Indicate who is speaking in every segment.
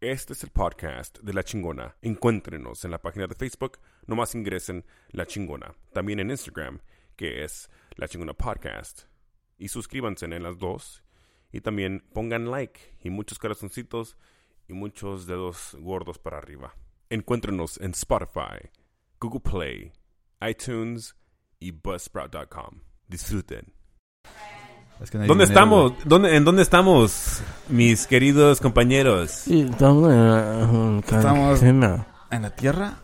Speaker 1: Este es el podcast de La Chingona. Encuéntrenos en la página de Facebook, nomás ingresen La Chingona. También en Instagram, que es La Chingona Podcast. Y suscríbanse en las dos. Y también pongan like y muchos corazoncitos y muchos dedos gordos para arriba. Encuéntrenos en Spotify, Google Play, iTunes y Buzzsprout.com. Disfruten.
Speaker 2: Es que no hay
Speaker 1: ¿Dónde
Speaker 2: dinero,
Speaker 1: estamos? ¿Dónde- ¿En dónde estamos, mis queridos compañeros?
Speaker 3: Sí, estamos en la
Speaker 2: Estamos-
Speaker 3: cuarentena.
Speaker 2: güey. ¿En la Tierra?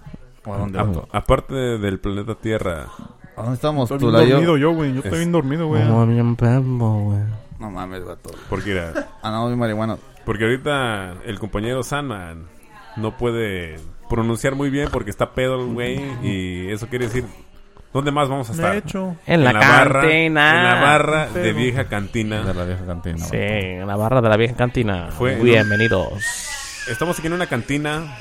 Speaker 2: ¿O a dónde,
Speaker 1: A- aparte del planeta Tierra.
Speaker 2: ¿A dónde estamos?
Speaker 4: Estoy
Speaker 2: ¿Tú,
Speaker 4: bien
Speaker 2: Layo?
Speaker 4: dormido yo, güey. Yo estoy bien dormido, güey.
Speaker 3: Como bien perro, güey.
Speaker 2: No mames, vato.
Speaker 1: Porque, era-
Speaker 2: Andamos bien marihuana.
Speaker 1: porque ahorita el compañero Sandman no puede pronunciar muy bien porque está pedo el güey. Y eso quiere decir, ¿dónde más vamos a
Speaker 4: Me
Speaker 1: estar?
Speaker 4: he hecho.
Speaker 3: En la,
Speaker 1: barra-
Speaker 3: cantina.
Speaker 1: en la barra de
Speaker 4: Pero-
Speaker 1: vieja
Speaker 2: De
Speaker 1: cantina.
Speaker 2: la vieja cantina.
Speaker 3: Sí, en la barra de la vieja cantina.
Speaker 1: Fue-
Speaker 3: Bienvenidos.
Speaker 1: Estamos aquí en una cantina.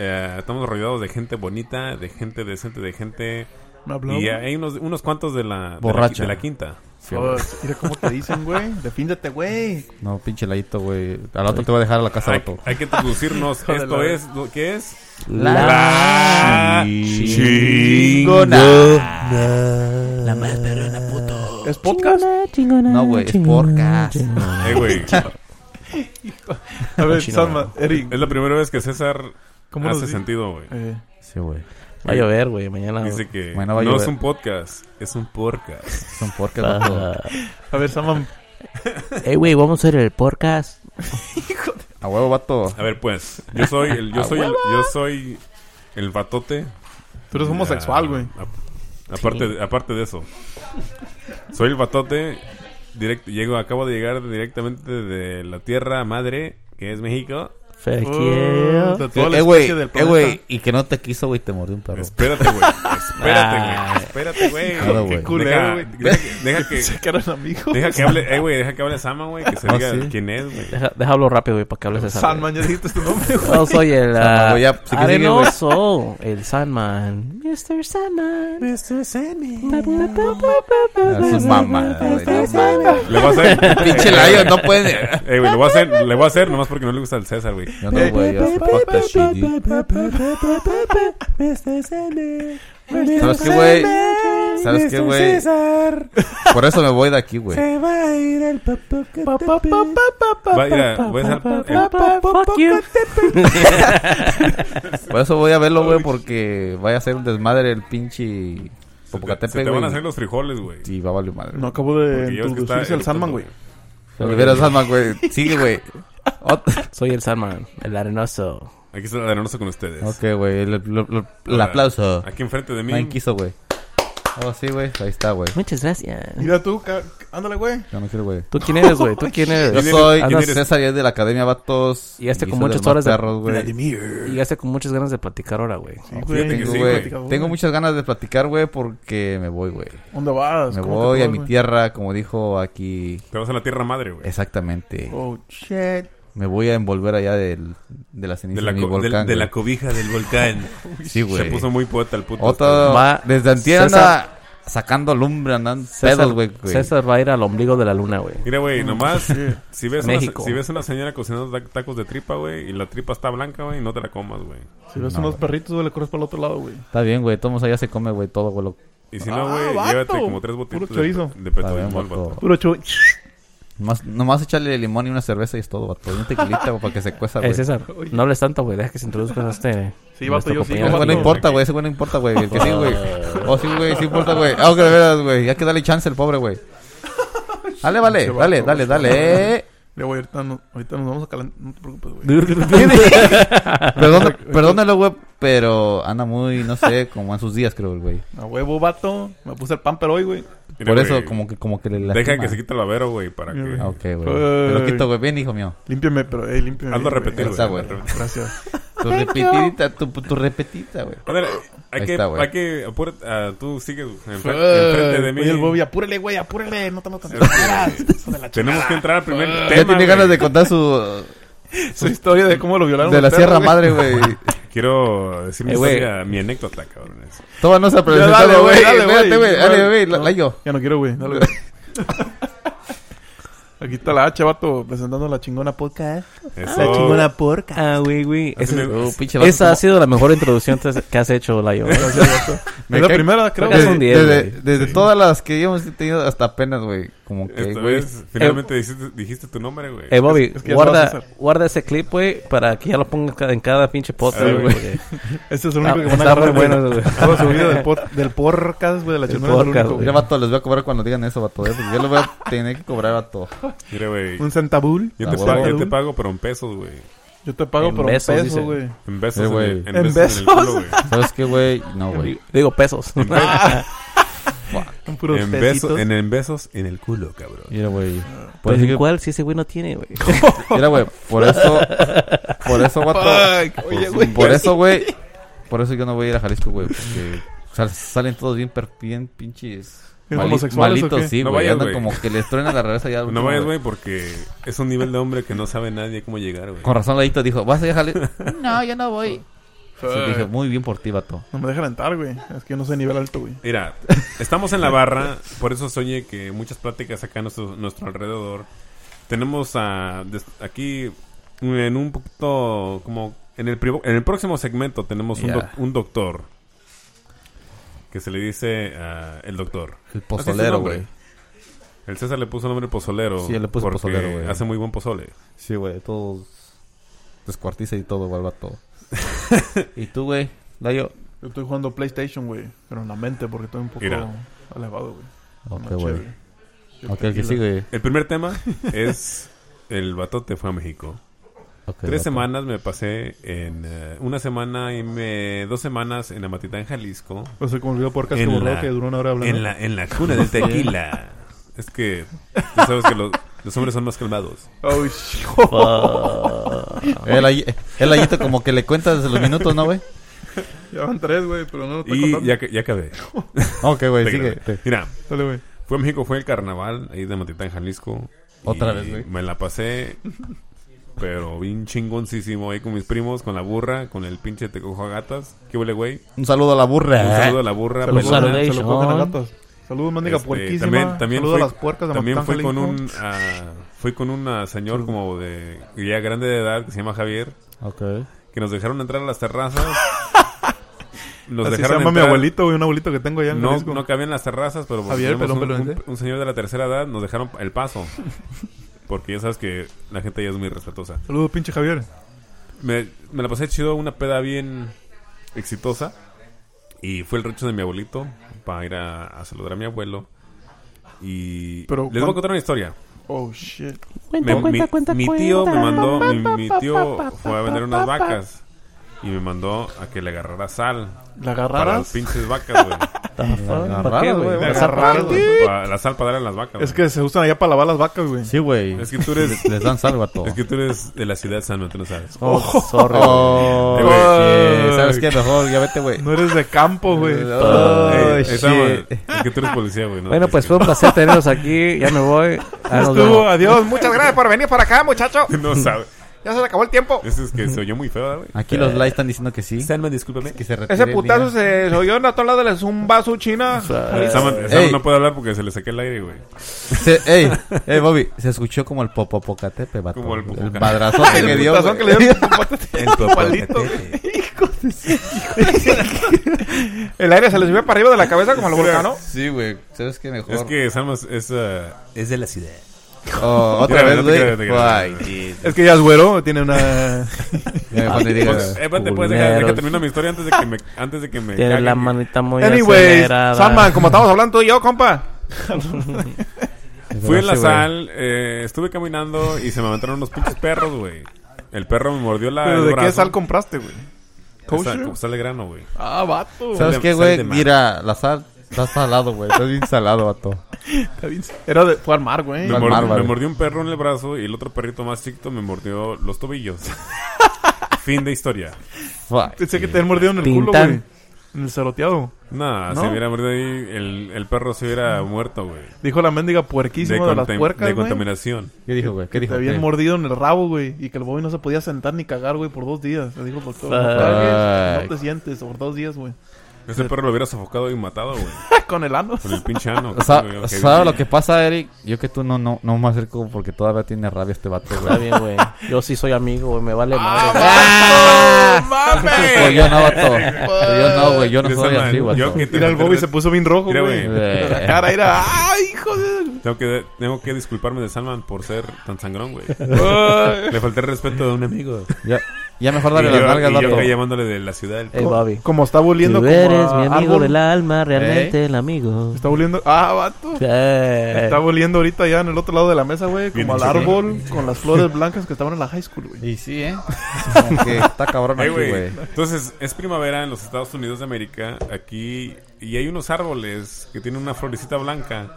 Speaker 1: eh, estamos rodeados de gente bonita, de gente decente, de gente...
Speaker 4: Me habló.
Speaker 1: Y hay unos, unos cuantos de la, de la-
Speaker 3: Borracha.
Speaker 1: de la quinta.
Speaker 4: Oh, mira cómo te dicen, güey. Defíndete, güey.
Speaker 2: No, pinche Layito, güey. Al otro te voy a dejar a la casa,
Speaker 1: Hay,
Speaker 2: vato.
Speaker 1: hay que traducirnos.
Speaker 4: Hijo de
Speaker 1: Esto
Speaker 4: la-
Speaker 1: es, lo- ¿qué es?
Speaker 3: La-
Speaker 2: Chingona.
Speaker 3: La más perrona, puto.
Speaker 4: ¿Es podcast?
Speaker 3: Chingona,
Speaker 2: No, güey, es
Speaker 3: chingona,
Speaker 2: podcast.
Speaker 3: chingona.
Speaker 1: Eh, güey.
Speaker 4: A ver,
Speaker 3: Chino,
Speaker 4: Salma, Eric.
Speaker 1: Es la primera vez que César
Speaker 4: ¿Cómo
Speaker 1: hace
Speaker 4: nos di-
Speaker 1: sentido, güey.
Speaker 4: Eh,
Speaker 2: Sí, güey.
Speaker 3: Va a llover, güey,
Speaker 4: Ah,
Speaker 3: mañana.
Speaker 1: Dice que
Speaker 2: Bueno, va a
Speaker 1: no
Speaker 2: llover.
Speaker 1: es un podcast, es un podcast.
Speaker 2: Son porcas, vato.
Speaker 3: Ah,
Speaker 4: a ver, Salma.
Speaker 3: Ey, güey, vamos a hacer el podcast.
Speaker 2: A huevo, vato.
Speaker 1: A ver, pues, yo soy el, yo soy el, yo soy el batote.
Speaker 4: Tú eres homosexual,
Speaker 1: Ah,
Speaker 4: Pues güey.
Speaker 1: a- Aparte,
Speaker 3: Sí.
Speaker 1: de- aparte de eso, soy el batote. Directo, llego, acabo de llegar directamente de la tierra madre, que es México.
Speaker 3: Fuck
Speaker 4: Oh,
Speaker 3: you.
Speaker 4: de toda la
Speaker 2: Eh, güey.
Speaker 4: especie del
Speaker 2: Eh, güey.
Speaker 4: planeta.
Speaker 2: Y que no te quiso, güey. Te mordió un perro.
Speaker 1: Espérate, güey.
Speaker 3: Ah.
Speaker 1: Espérate, güey. Espérate,
Speaker 2: Claro, güey.
Speaker 1: güey.
Speaker 2: Qué
Speaker 4: culero, güey.
Speaker 1: Deja- deja- deja que,
Speaker 4: Pensé que eran amigos.
Speaker 1: Deja que hable, eh, güey, deja que hable Sama, güey, que se
Speaker 2: Ah,
Speaker 1: diga
Speaker 2: ¿sí?
Speaker 1: quién es, güey.
Speaker 3: Deja, deja hablo rápido, güey, para que hables de esa.
Speaker 4: Salma, ya dijiste tu nombre, güey.
Speaker 3: Yo soy el
Speaker 2: Sandman, güey, ya,
Speaker 3: ah,
Speaker 2: sí que sigue,
Speaker 3: arenoso, el Sandman. Mr. Sandman. Mr. Sandman.
Speaker 2: Es
Speaker 3: Pues,
Speaker 2: un Ah, mamá. güey, no mames.
Speaker 1: Le voy a hacer.
Speaker 2: Pinche Layo, no puede.
Speaker 1: Eh, güey, lo voy a hacer, le voy a hacer nomás porque no le gusta el César, güey.
Speaker 2: Yo no, güey. Yo soy pata
Speaker 3: eh,
Speaker 2: shitty. ¿Sabes qué, güey? ¿Sabes qué, güey? Por eso me voy de aquí, güey.
Speaker 1: Vaya, voy a hacer eh, el-
Speaker 3: Fuck you.
Speaker 2: Por eso voy a verlo, güey, porque vaya a ser un desmadre el pinche
Speaker 1: se
Speaker 2: Popocatépetl,
Speaker 1: te van a
Speaker 2: güey.
Speaker 1: hacer los frijoles, güey.
Speaker 2: Y va a valer madre.
Speaker 4: No
Speaker 2: No,
Speaker 4: acabo de
Speaker 1: Porque ya ves que está
Speaker 4: introducirse al
Speaker 1: el
Speaker 4: Salman,
Speaker 1: tonto.
Speaker 4: güey.
Speaker 2: güey. Sigue, güey. Ot-
Speaker 3: Soy el Sandman, el arenoso.
Speaker 1: Aquí está la Arenosa con ustedes.
Speaker 2: ok, güey. El, el- el- el aplauso.
Speaker 1: Aquí enfrente de mí.
Speaker 2: Nadie quiso, güey. Oh, sí, güey. Ahí está, güey.
Speaker 3: Muchas gracias.
Speaker 4: Mira tú, ca- ándale, güey.
Speaker 2: Yo no quiero, güey.
Speaker 3: ¿Tú quién eres, güey? ¿Tú quién
Speaker 2: Yo
Speaker 3: eres?
Speaker 1: eres?
Speaker 2: soy
Speaker 1: ¿Quién
Speaker 2: yo soy
Speaker 1: eres?
Speaker 2: César y es de la Academia Batos.
Speaker 3: Llegaste
Speaker 2: y
Speaker 3: con
Speaker 2: soy
Speaker 3: muchas
Speaker 2: del
Speaker 3: horas de-
Speaker 2: Perros, güey.
Speaker 4: Vladimir.
Speaker 3: Llegaste con muchas ganas de platicar ahora, güey.
Speaker 4: Sí, güey.
Speaker 1: fíjate que
Speaker 2: Tengo,
Speaker 1: sí,
Speaker 2: güey,
Speaker 1: güey.
Speaker 2: tengo muchas ganas de platicar, güey, porque me voy, güey.
Speaker 4: ¿Dónde vas?
Speaker 2: Me
Speaker 4: Pues, ¿Cómo te
Speaker 2: voy a
Speaker 4: vas,
Speaker 2: mi
Speaker 4: güey?
Speaker 2: tierra, como dijo aquí.
Speaker 1: Te vas a la tierra madre, güey.
Speaker 2: Exactamente.
Speaker 4: Oh, shit.
Speaker 2: Me voy a envolver allá del, de la ceniza
Speaker 1: De
Speaker 2: de,
Speaker 1: la,
Speaker 2: mi
Speaker 1: co-
Speaker 2: volcán.
Speaker 1: de- de la
Speaker 2: güey.
Speaker 1: cobija del volcán.
Speaker 2: Sí,
Speaker 1: Se
Speaker 2: güey.
Speaker 1: puso muy poeta el puto.
Speaker 2: Otro...
Speaker 3: Va-
Speaker 2: Desde antier
Speaker 3: César-
Speaker 2: anda sacando lumbre, andan pedos, güey. güey.
Speaker 3: César va a ir al ombligo de la luna, güey.
Speaker 1: Mira, güey, nomás. Si ves, una,
Speaker 3: México.
Speaker 1: si ves una señora cocinando ta- tacos de tripa, güey, y la tripa está blanca, güey, no te la comas, güey.
Speaker 4: Si ves
Speaker 2: No,
Speaker 4: unos
Speaker 2: güey.
Speaker 4: perritos, güey, le corres para el otro lado, güey.
Speaker 2: Está bien, güey. Todos allá se come, güey, todo, güey. lo-
Speaker 1: Y si no,
Speaker 4: Ah,
Speaker 1: güey,
Speaker 4: vato.
Speaker 1: llévate como tres botellitas
Speaker 4: Puro chorizo.
Speaker 1: de, de
Speaker 2: Está bien,
Speaker 1: petróleo.
Speaker 2: vato.
Speaker 4: Puro chuy.
Speaker 2: Nomás, nomás echarle limón y una cerveza y es todo, vato. Y un tequilita, güey, para que se cueza,
Speaker 3: Eh,
Speaker 2: güey.
Speaker 3: César, no hables tanto, güey. Deja que se introduzcan a este.
Speaker 4: Sí, vato,
Speaker 3: nuestro
Speaker 4: yo sí,
Speaker 2: Ese güey no
Speaker 3: compañero.
Speaker 4: vato.
Speaker 2: importa, güey. Ese güey no importa, güey. El que sí, güey. Oh, sí, güey. Sí importa, güey. Ah, que de veras, güey. Ya que dale chance al pobre, güey. Dale, vale.
Speaker 4: vato,
Speaker 2: Dale, dale, dale. eh.
Speaker 4: Le voy, ahorita, no- ahorita nos vamos a calentar. No te preocupes, güey.
Speaker 2: Perdón, perdónalo, güey, pero anda muy, no sé, como en sus días, creo, el güey.
Speaker 4: A huevo, vato. Me puse el pamper hoy, güey.
Speaker 1: Mira,
Speaker 2: Por eso,
Speaker 1: güey,
Speaker 2: como que, como que le
Speaker 1: Deja
Speaker 2: lastima.
Speaker 1: que se quite el babero, güey, para
Speaker 4: Mira,
Speaker 1: que...
Speaker 4: güey.
Speaker 2: Ah, Ok, güey. Te lo
Speaker 4: Ay.
Speaker 2: quito, güey. Bien, hijo mío.
Speaker 4: Límpiame, pero, eh, límpiame.
Speaker 1: Hazlo
Speaker 4: bien,
Speaker 1: repetir,
Speaker 2: Está,
Speaker 1: güey.
Speaker 2: güey.
Speaker 4: Gracias.
Speaker 2: Tu repetidita, tu, tu repetita, güey.
Speaker 1: Ándale,
Speaker 2: Ahí
Speaker 1: hay que...
Speaker 2: está, güey.
Speaker 1: Hay que... apura- ah, tú sigues enfre- enfrente de
Speaker 4: Eh, Oye,
Speaker 1: mí.
Speaker 4: el Bobby, apúrele, güey, apúrele. No te lo transparas. Hijo de la
Speaker 1: Tenemos que entrar al primer tema,
Speaker 2: Ya tiene
Speaker 1: güey.
Speaker 2: ganas de contar su...
Speaker 4: ch- Su historia de cómo lo violaron.
Speaker 2: De la
Speaker 4: los
Speaker 2: Sierra
Speaker 4: perros,
Speaker 2: Madre, güey.
Speaker 1: Quiero decir mi
Speaker 3: Eh, güey.
Speaker 1: historia, mi anécdota, cabrones.
Speaker 4: Ah,
Speaker 2: Toma, no se ha
Speaker 4: güey. Ya,
Speaker 2: presentado, güey.
Speaker 4: dale,
Speaker 2: Espérate, güey. Dale,
Speaker 4: No,
Speaker 2: güey. la-
Speaker 4: no,
Speaker 2: Layo.
Speaker 4: Ya no quiero, güey. Dale, güey. Aquí está la H, vato, presentando la chingona podcast.
Speaker 1: Eso.
Speaker 4: La chingona porca.
Speaker 3: Ah, güey, güey.
Speaker 1: Así
Speaker 3: Ese-
Speaker 1: me-
Speaker 2: Oh, pinche vato,
Speaker 3: Esa ha sido la mejor introducción te- que has hecho, Layo. ¿eh?
Speaker 2: Me
Speaker 4: es la
Speaker 2: cae-
Speaker 4: primera, creo.
Speaker 2: como-
Speaker 3: Es un
Speaker 2: Desde,
Speaker 3: diez,
Speaker 2: desde-
Speaker 3: güey.
Speaker 2: desde todas las que hemos tenido hasta apenas, güey. Como que,
Speaker 1: Esta
Speaker 2: Eh, güey.
Speaker 1: vez, finalmente dijiste, dijiste tu nombre, güey.
Speaker 3: Eh, Bobby,
Speaker 4: es que ya lo vas a
Speaker 3: guarda,
Speaker 4: hacer.
Speaker 3: guarda ese clip, güey, para que ya lo pongas ca- en cada pinche podcast,
Speaker 1: Sí,
Speaker 3: güey.
Speaker 1: güey.
Speaker 3: porque-
Speaker 4: Este es el
Speaker 3: Ah,
Speaker 4: único que van a
Speaker 3: Está muy
Speaker 4: agarrar. güey.
Speaker 3: bueno, güey.
Speaker 4: Toda su vida del, por, del podcast, güey, de la
Speaker 3: El
Speaker 4: chingona. es el
Speaker 3: podcast,
Speaker 4: único,
Speaker 2: Mira,
Speaker 4: güey.
Speaker 2: vato, les voy a cobrar cuando digan eso, vato. ¿eh? Porque yo les voy a tener que cobrar, vato.
Speaker 1: Mira, güey.
Speaker 4: Un centabul.
Speaker 1: Yo te,
Speaker 2: Ah,
Speaker 1: pago,
Speaker 4: huevo.
Speaker 1: yo te pago, pero en pesos, güey.
Speaker 4: Yo te pago
Speaker 3: En
Speaker 4: por un
Speaker 3: besos,
Speaker 4: peso,
Speaker 3: dice.
Speaker 4: güey.
Speaker 1: En besos,
Speaker 2: Eh,
Speaker 1: en
Speaker 2: güey.
Speaker 1: el- en,
Speaker 4: ¿En
Speaker 1: besos, en el
Speaker 4: besos?
Speaker 1: culo, güey.
Speaker 2: ¿Sabes qué, güey? No, güey.
Speaker 3: Digo pesos.
Speaker 4: Un puro
Speaker 1: en,
Speaker 4: pesitos.
Speaker 1: besos, en, en besos, en el culo, cabrón.
Speaker 2: Mira, güey. Por
Speaker 3: Pues
Speaker 2: eso que-
Speaker 3: igual, si ese güey no tiene, güey.
Speaker 2: Mira, güey. Por eso. Por eso, vato.
Speaker 4: Fuck, Oye, güey.
Speaker 2: Por eso, güey. Por eso yo no voy a ir a Jalisco, güey. Porque sal- salen todos bien, per- bien pinches.
Speaker 4: ¿Bien
Speaker 2: mali-
Speaker 4: homosexuales o
Speaker 2: malitos,
Speaker 4: qué?
Speaker 2: sí,
Speaker 1: No
Speaker 2: güey.
Speaker 1: vayas,
Speaker 2: Andan
Speaker 1: güey.
Speaker 2: como que les truena la reversa ya. al
Speaker 1: No
Speaker 2: último,
Speaker 1: vayas, güey, porque es un nivel de hombre que no sabe nadie cómo llegar, güey.
Speaker 2: Con razón, Ladito dijo: ¿Vas a ir a Jalisco? no, yo no voy. Sí,
Speaker 4: Fuck.
Speaker 2: dije: Muy bien por ti, vato.
Speaker 4: No me dejan entrar, güey. Es que yo no soy nivel alto, güey.
Speaker 1: Mira, estamos en la barra, por eso soñé que muchas pláticas acá a nuestro, nuestro alrededor. Tenemos a, des- aquí en un poquito como en el, privo- en el próximo segmento tenemos un,
Speaker 2: Ya.
Speaker 1: doc- un doctor que se le dice ah, el doctor. Así
Speaker 2: El
Speaker 1: es su
Speaker 2: pozolero,
Speaker 1: nombre.
Speaker 2: güey.
Speaker 1: El César le puso nombre pozolero.
Speaker 2: Sí, yo le puse
Speaker 1: porque
Speaker 2: pozolero, güey.
Speaker 1: Hace muy buen pozole.
Speaker 2: Sí, güey. Todos. Descuartiza y todo, güey, el vato. ¿Y tú, güey? Layo.
Speaker 4: Yo estoy jugando PlayStation, güey. Pero en la mente, porque estoy un poco
Speaker 1: Mira.
Speaker 4: elevado, güey.
Speaker 2: Ok,
Speaker 4: Una
Speaker 2: güey.
Speaker 4: chévere. Yo
Speaker 2: Ok, el que
Speaker 4: tequila.
Speaker 2: sigue.
Speaker 1: El primer tema es el batote fue a México.
Speaker 2: Ok,
Speaker 1: Tres
Speaker 2: vato.
Speaker 1: semanas me pasé en eh, una semana y me- dos semanas en Amatitán, Jalisco,
Speaker 4: O sea, como el video podcast que
Speaker 1: En
Speaker 4: borró
Speaker 1: la-
Speaker 4: que duró una hora hablando.
Speaker 1: en la en la cuna del tequila. es que tú sabes que los, los hombres son más calmados.
Speaker 4: Oh, shit.
Speaker 2: El, Ay- el Ayito como que le cuenta desde los minutos, ¿no, güey?
Speaker 4: Ya van tres, güey, pero no lo está
Speaker 1: Y
Speaker 4: contando.
Speaker 1: ya que- ya acabé.
Speaker 2: Ok, güey,
Speaker 1: Te
Speaker 2: Pues sigue.
Speaker 1: grabé. Mira,
Speaker 4: Dale, güey.
Speaker 1: fue a México, fue el carnaval ahí de Amatitán, Jalisco.
Speaker 2: Otra
Speaker 1: y
Speaker 2: vez, güey.
Speaker 1: Me la pasé pero bien chingoncísimo ahí con mis primos, con la burra, con el pinche tecojo a gatas. ¿Qué huele, güey?
Speaker 2: Un saludo a la burra.
Speaker 1: Un saludo a la burra.
Speaker 4: Saludos,
Speaker 1: pelona.
Speaker 3: saludo.
Speaker 4: saludos, saludos,
Speaker 3: Saludation.
Speaker 4: gatas. Saludos, Mándega
Speaker 1: Este,
Speaker 4: Puerquísima.
Speaker 1: también- también
Speaker 4: saludos
Speaker 1: fue-
Speaker 4: a las puercas de
Speaker 1: También
Speaker 4: Matatán,
Speaker 1: fui con
Speaker 4: Jalisco.
Speaker 1: un ah, fui con un señor como de ya grande de edad que se llama Javier
Speaker 2: Ok.
Speaker 1: que nos dejaron entrar a las terrazas. Nos
Speaker 4: Así se
Speaker 1: dejaron
Speaker 4: llama mi
Speaker 1: entrar.
Speaker 4: abuelito, güey, un abuelito que tengo allá en
Speaker 1: No,
Speaker 4: Jalisco.
Speaker 1: no cabían las terrazas, pero pues,
Speaker 4: Javier,
Speaker 1: tenemos
Speaker 4: pelón, ¿eh?
Speaker 1: un,
Speaker 4: pelón,
Speaker 1: un- un señor de la tercera edad nos dejaron el paso. Porque ya sabes que la gente ya es muy respetuosa.
Speaker 4: Saludos, pinche Javier.
Speaker 1: Me, me la pasé chido, una peda bien exitosa. Y fue el rancho de mi abuelito para ir a, a saludar a mi abuelo. Y
Speaker 4: Pero,
Speaker 1: les voy
Speaker 4: ¿cuán-
Speaker 1: a contar una historia.
Speaker 4: Oh, shit.
Speaker 1: Me- mi, mi tío me mandó, mi, mi tío fue a vender unas vacas y me mandó a que le agarrara sal
Speaker 4: ¿La
Speaker 1: para las
Speaker 4: agarraras?
Speaker 1: pinches vacas, güey.
Speaker 3: ¿Para qué, güey?
Speaker 4: güey.
Speaker 3: ¿Vas a pagar, güey?
Speaker 1: Pa- la sal para darle a las vacas.
Speaker 4: Es que se usan allá para lavar las vacas, güey.
Speaker 2: Sí, güey.
Speaker 1: güey. es que tú eres,
Speaker 2: Les dan salvo a todos.
Speaker 1: es que tú eres de la ciudad sano, tú no sabes.
Speaker 3: Oh, sorry.
Speaker 2: Oh,
Speaker 1: Eh,
Speaker 2: shit.
Speaker 1: güey.
Speaker 2: ¿Sabes qué? Mejor, ya vete, güey.
Speaker 4: No eres de campo, güey.
Speaker 2: Oh,
Speaker 1: Eh,
Speaker 2: shit.
Speaker 1: esa, güey, es que tú eres policía, güey. ¿no?
Speaker 3: Bueno, pues fue un placer tenerlos aquí. Ya me voy. Ah, nos
Speaker 4: Estuvo,
Speaker 3: vemos.
Speaker 4: adiós.
Speaker 5: Muchas gracias por venir para acá, muchacho.
Speaker 1: no sabe.
Speaker 5: Ya se le acabó el tiempo.
Speaker 1: Eso es que se oyó muy feo, güey.
Speaker 2: Aquí los likes están diciendo que sí.
Speaker 1: Salman, discúlpame.
Speaker 2: Que se retire
Speaker 5: Ese
Speaker 2: el
Speaker 5: putazo
Speaker 2: día.
Speaker 5: se oyó en otro lado, le zumba a su china.
Speaker 1: Salman,
Speaker 4: Ah,
Speaker 1: Salman
Speaker 2: Ey.
Speaker 1: no puede hablar porque se le saqué el aire, güey.
Speaker 2: Se- ey, ey, Bobby, se escuchó como el popopocatepe, vato.
Speaker 1: Como el
Speaker 2: el
Speaker 1: popocatepe.
Speaker 2: padrazote que dio.
Speaker 4: putazón
Speaker 2: güey.
Speaker 4: que le dieron.
Speaker 1: El papalito.
Speaker 5: El aire se le subió para arriba de la cabeza como al volcán.
Speaker 2: Sí, güey. ¿Sabes qué? Mejor.
Speaker 1: Es que Salman es, eh, es de la ciudad.
Speaker 2: Oh, otra
Speaker 1: Ya,
Speaker 2: vez,
Speaker 1: no te creas, no te
Speaker 2: güey.
Speaker 1: creas.
Speaker 2: Ay, shit.
Speaker 4: Es que ya es güero, tiene una...
Speaker 2: Ya mejor ni digas.
Speaker 1: Eh, espérate, pues, deja, deja que termine mi historia antes de que me. Antes de que me
Speaker 3: Tiene
Speaker 1: caguen.
Speaker 3: la manita muy
Speaker 5: Anyways,
Speaker 3: acelerada.
Speaker 5: Sandman, como estamos hablando tú y yo, compa.
Speaker 1: Fui en la
Speaker 2: Sí, güey.
Speaker 1: sal, eh, estuve caminando y se me aventaron unos pinches perros, güey. El perro me mordió la.
Speaker 4: ¿Pero
Speaker 1: el
Speaker 4: de qué
Speaker 1: brazo.
Speaker 4: sal compraste, güey?
Speaker 1: Sal-
Speaker 4: ¿Kosher?
Speaker 1: sal de grano, güey.
Speaker 4: Ah, vato.
Speaker 2: ¿Sabes
Speaker 1: Sal de-
Speaker 2: qué,
Speaker 1: sal
Speaker 2: güey?
Speaker 1: de mar.
Speaker 2: Mira, la sal está salado, güey. Está bien salado, vato.
Speaker 4: Está bien. Era de... Fue al mar, güey.
Speaker 1: Me,
Speaker 2: Tan
Speaker 1: mordi-
Speaker 2: bárbaro.
Speaker 1: me mordió un perro en el brazo y el otro perrito más chiquito me mordió los tobillos. fin de historia.
Speaker 2: Fuck.
Speaker 4: Pensé que te habían mordido en el culo,
Speaker 3: Pintan.
Speaker 4: güey. En el ceroteado.
Speaker 1: Nada,
Speaker 4: ¿No?
Speaker 1: se hubiera mordido ahí, el, el perro se hubiera muerto, güey.
Speaker 4: Dijo la mendiga puerquísima de, las
Speaker 1: contem-
Speaker 4: puercas,
Speaker 1: de
Speaker 4: güey.
Speaker 1: contaminación.
Speaker 2: ¿Qué dijo, güey? ¿Qué dijo?
Speaker 4: Te habían
Speaker 2: ¿Qué?
Speaker 4: mordido en el rabo, güey. Y que el Bobby no se podía sentar ni cagar, güey, por dos días. Le dijo el doctor. No,
Speaker 3: Fuck.
Speaker 4: cagues, no te sientes por dos días, güey.
Speaker 1: Ese perro lo hubiera sofocado y matado, güey.
Speaker 4: Con el ano.
Speaker 1: Con el pinche ano.
Speaker 2: Sa-
Speaker 1: Creo que-
Speaker 2: ¿Sabes lo que pasa, Eric? Yo que tú no, no, no me acerco porque todavía tiene rabia este vato,
Speaker 3: Está
Speaker 2: güey.
Speaker 3: bien, güey. Yo sí soy amigo, güey. Me vale madre. güey.
Speaker 4: ¡Ah!
Speaker 2: Pues
Speaker 4: ¡Mames!
Speaker 2: yo no, vato. Yo no, güey. Yo no
Speaker 1: Esa
Speaker 2: soy
Speaker 1: madre.
Speaker 2: así, vato.
Speaker 1: Yo que te-
Speaker 4: Mira, el Bobby se puso bien rojo,
Speaker 1: Mira,
Speaker 4: güey.
Speaker 1: güey.
Speaker 4: La
Speaker 2: Eh,
Speaker 4: cara era... ¡Ay, hijo de...!
Speaker 1: Tengo que, tengo que disculparme de Salman por ser tan sangrón, güey.
Speaker 4: Ay.
Speaker 1: Le falté el respeto de un amigo.
Speaker 2: ya, ya mejor
Speaker 1: Y
Speaker 2: dale las
Speaker 1: yo-
Speaker 2: nalgas,
Speaker 1: y yo acá
Speaker 2: vato.
Speaker 1: llamándole de la ciudad.
Speaker 3: Ey, Bobby.
Speaker 4: Como está volviendo
Speaker 3: Tú
Speaker 4: como
Speaker 3: eres
Speaker 4: a
Speaker 3: mi amigo
Speaker 4: árbol.
Speaker 3: del alma, realmente el amigo.
Speaker 4: Está volviendo... ¡Ah, vato!
Speaker 3: Eh.
Speaker 4: Está volviendo ahorita ya en el otro lado de la mesa, güey.
Speaker 1: Bien
Speaker 4: Como al
Speaker 1: hecho, güey.
Speaker 4: árbol con las flores blancas que estaban en la high school, güey.
Speaker 2: Y sí, ¿eh? Como que está cabrón
Speaker 1: Ay,
Speaker 2: aquí,
Speaker 1: güey.
Speaker 2: Eh, güey.
Speaker 1: Entonces, es primavera en los Estados Unidos de América, aquí, y hay unos árboles que tienen una florecita blanca.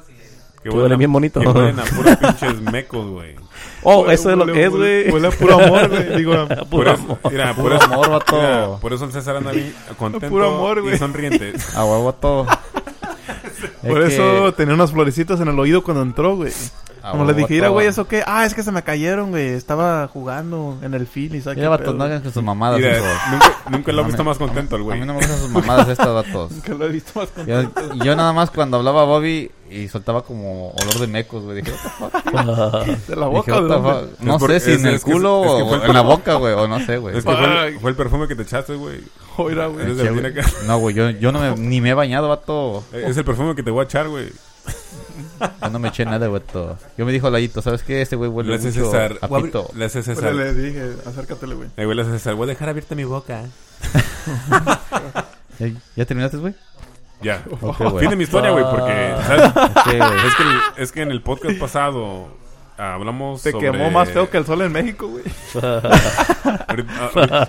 Speaker 1: Que
Speaker 3: huelen
Speaker 1: a-
Speaker 3: bien bonito.
Speaker 1: Que huelen a puros pinches mecos, güey.
Speaker 3: Oh, eso es lo que es, güey.
Speaker 4: Huele a puro amor, güey. Digo, a-
Speaker 1: Por eso, mira, por eso,
Speaker 2: amor, vato.
Speaker 1: mira, por eso el César anda bien contento
Speaker 4: Puro amor,
Speaker 1: y
Speaker 4: güey.
Speaker 1: sonriente.
Speaker 2: A huevo, vato.
Speaker 4: Por
Speaker 2: Es
Speaker 4: eso
Speaker 2: que-
Speaker 4: tenía unas florecitas en el oído cuando entró, güey.
Speaker 2: Ah,
Speaker 4: Como le dije, mira,
Speaker 2: vato.
Speaker 4: güey, ¿eso qué? Ah, es que se me cayeron, güey. Estaba jugando en el field y sabe
Speaker 2: Mira,
Speaker 4: qué
Speaker 2: vato,
Speaker 4: pedo,
Speaker 2: no
Speaker 4: güey.
Speaker 2: hagan con sus mamadas,
Speaker 1: Mira,
Speaker 2: hijo.
Speaker 1: nunca, nunca lo he
Speaker 2: No
Speaker 1: visto
Speaker 2: me-
Speaker 1: más contento el
Speaker 2: A
Speaker 1: güey.
Speaker 2: mí no me gustan sus mamadas estas, vatos.
Speaker 4: Que lo he visto más con...
Speaker 2: Yo, yo nada más cuando hablaba Bobby y soltaba como olor de mecos, güey. Dije, "What the fuck?"
Speaker 4: De la
Speaker 2: Dije,
Speaker 4: boca,
Speaker 2: "What the
Speaker 4: güey.
Speaker 2: fuck?" No
Speaker 1: Es por-
Speaker 2: sé si
Speaker 1: es-
Speaker 2: en el
Speaker 1: es que-
Speaker 2: culo
Speaker 1: es que fue
Speaker 2: o
Speaker 1: el
Speaker 2: en la
Speaker 1: perfume.
Speaker 2: boca, güey. O no sé, güey.
Speaker 1: Es que fue,
Speaker 4: Ay.
Speaker 1: el- fue el perfume que te echaste, güey.
Speaker 4: Joder, güey.
Speaker 1: Eres de
Speaker 2: Che,
Speaker 1: Latina
Speaker 2: güey.
Speaker 1: acá.
Speaker 2: No, güey, yo, yo no me, ni me he bañado, vato.
Speaker 1: Eh, Es el perfume que te voy a echar, güey.
Speaker 2: Yo no me eché nada, vato. Yo me dijo Layito, ¿sabes qué? Este güey
Speaker 1: Le
Speaker 2: huele
Speaker 1: hace
Speaker 2: mucho
Speaker 1: César.
Speaker 2: a pito.
Speaker 1: Le hace
Speaker 4: Pero
Speaker 1: César.
Speaker 4: le dije, acércatele, güey.
Speaker 1: Eh, güey, le hace César. Voy a dejar abierta mi boca.
Speaker 2: ¿Ya, ya terminaste, güey?
Speaker 1: Ya.
Speaker 2: Ok, güey.
Speaker 1: Fin de mi historia, güey,
Speaker 4: Ah.
Speaker 1: porque, ¿sabes?
Speaker 2: Ok, güey.
Speaker 1: Es que, el- es que en el podcast pasado ah, hablamos
Speaker 4: Se
Speaker 1: sobre-
Speaker 4: quemó más feo que el sol en México, güey.
Speaker 1: Ahorita, ah,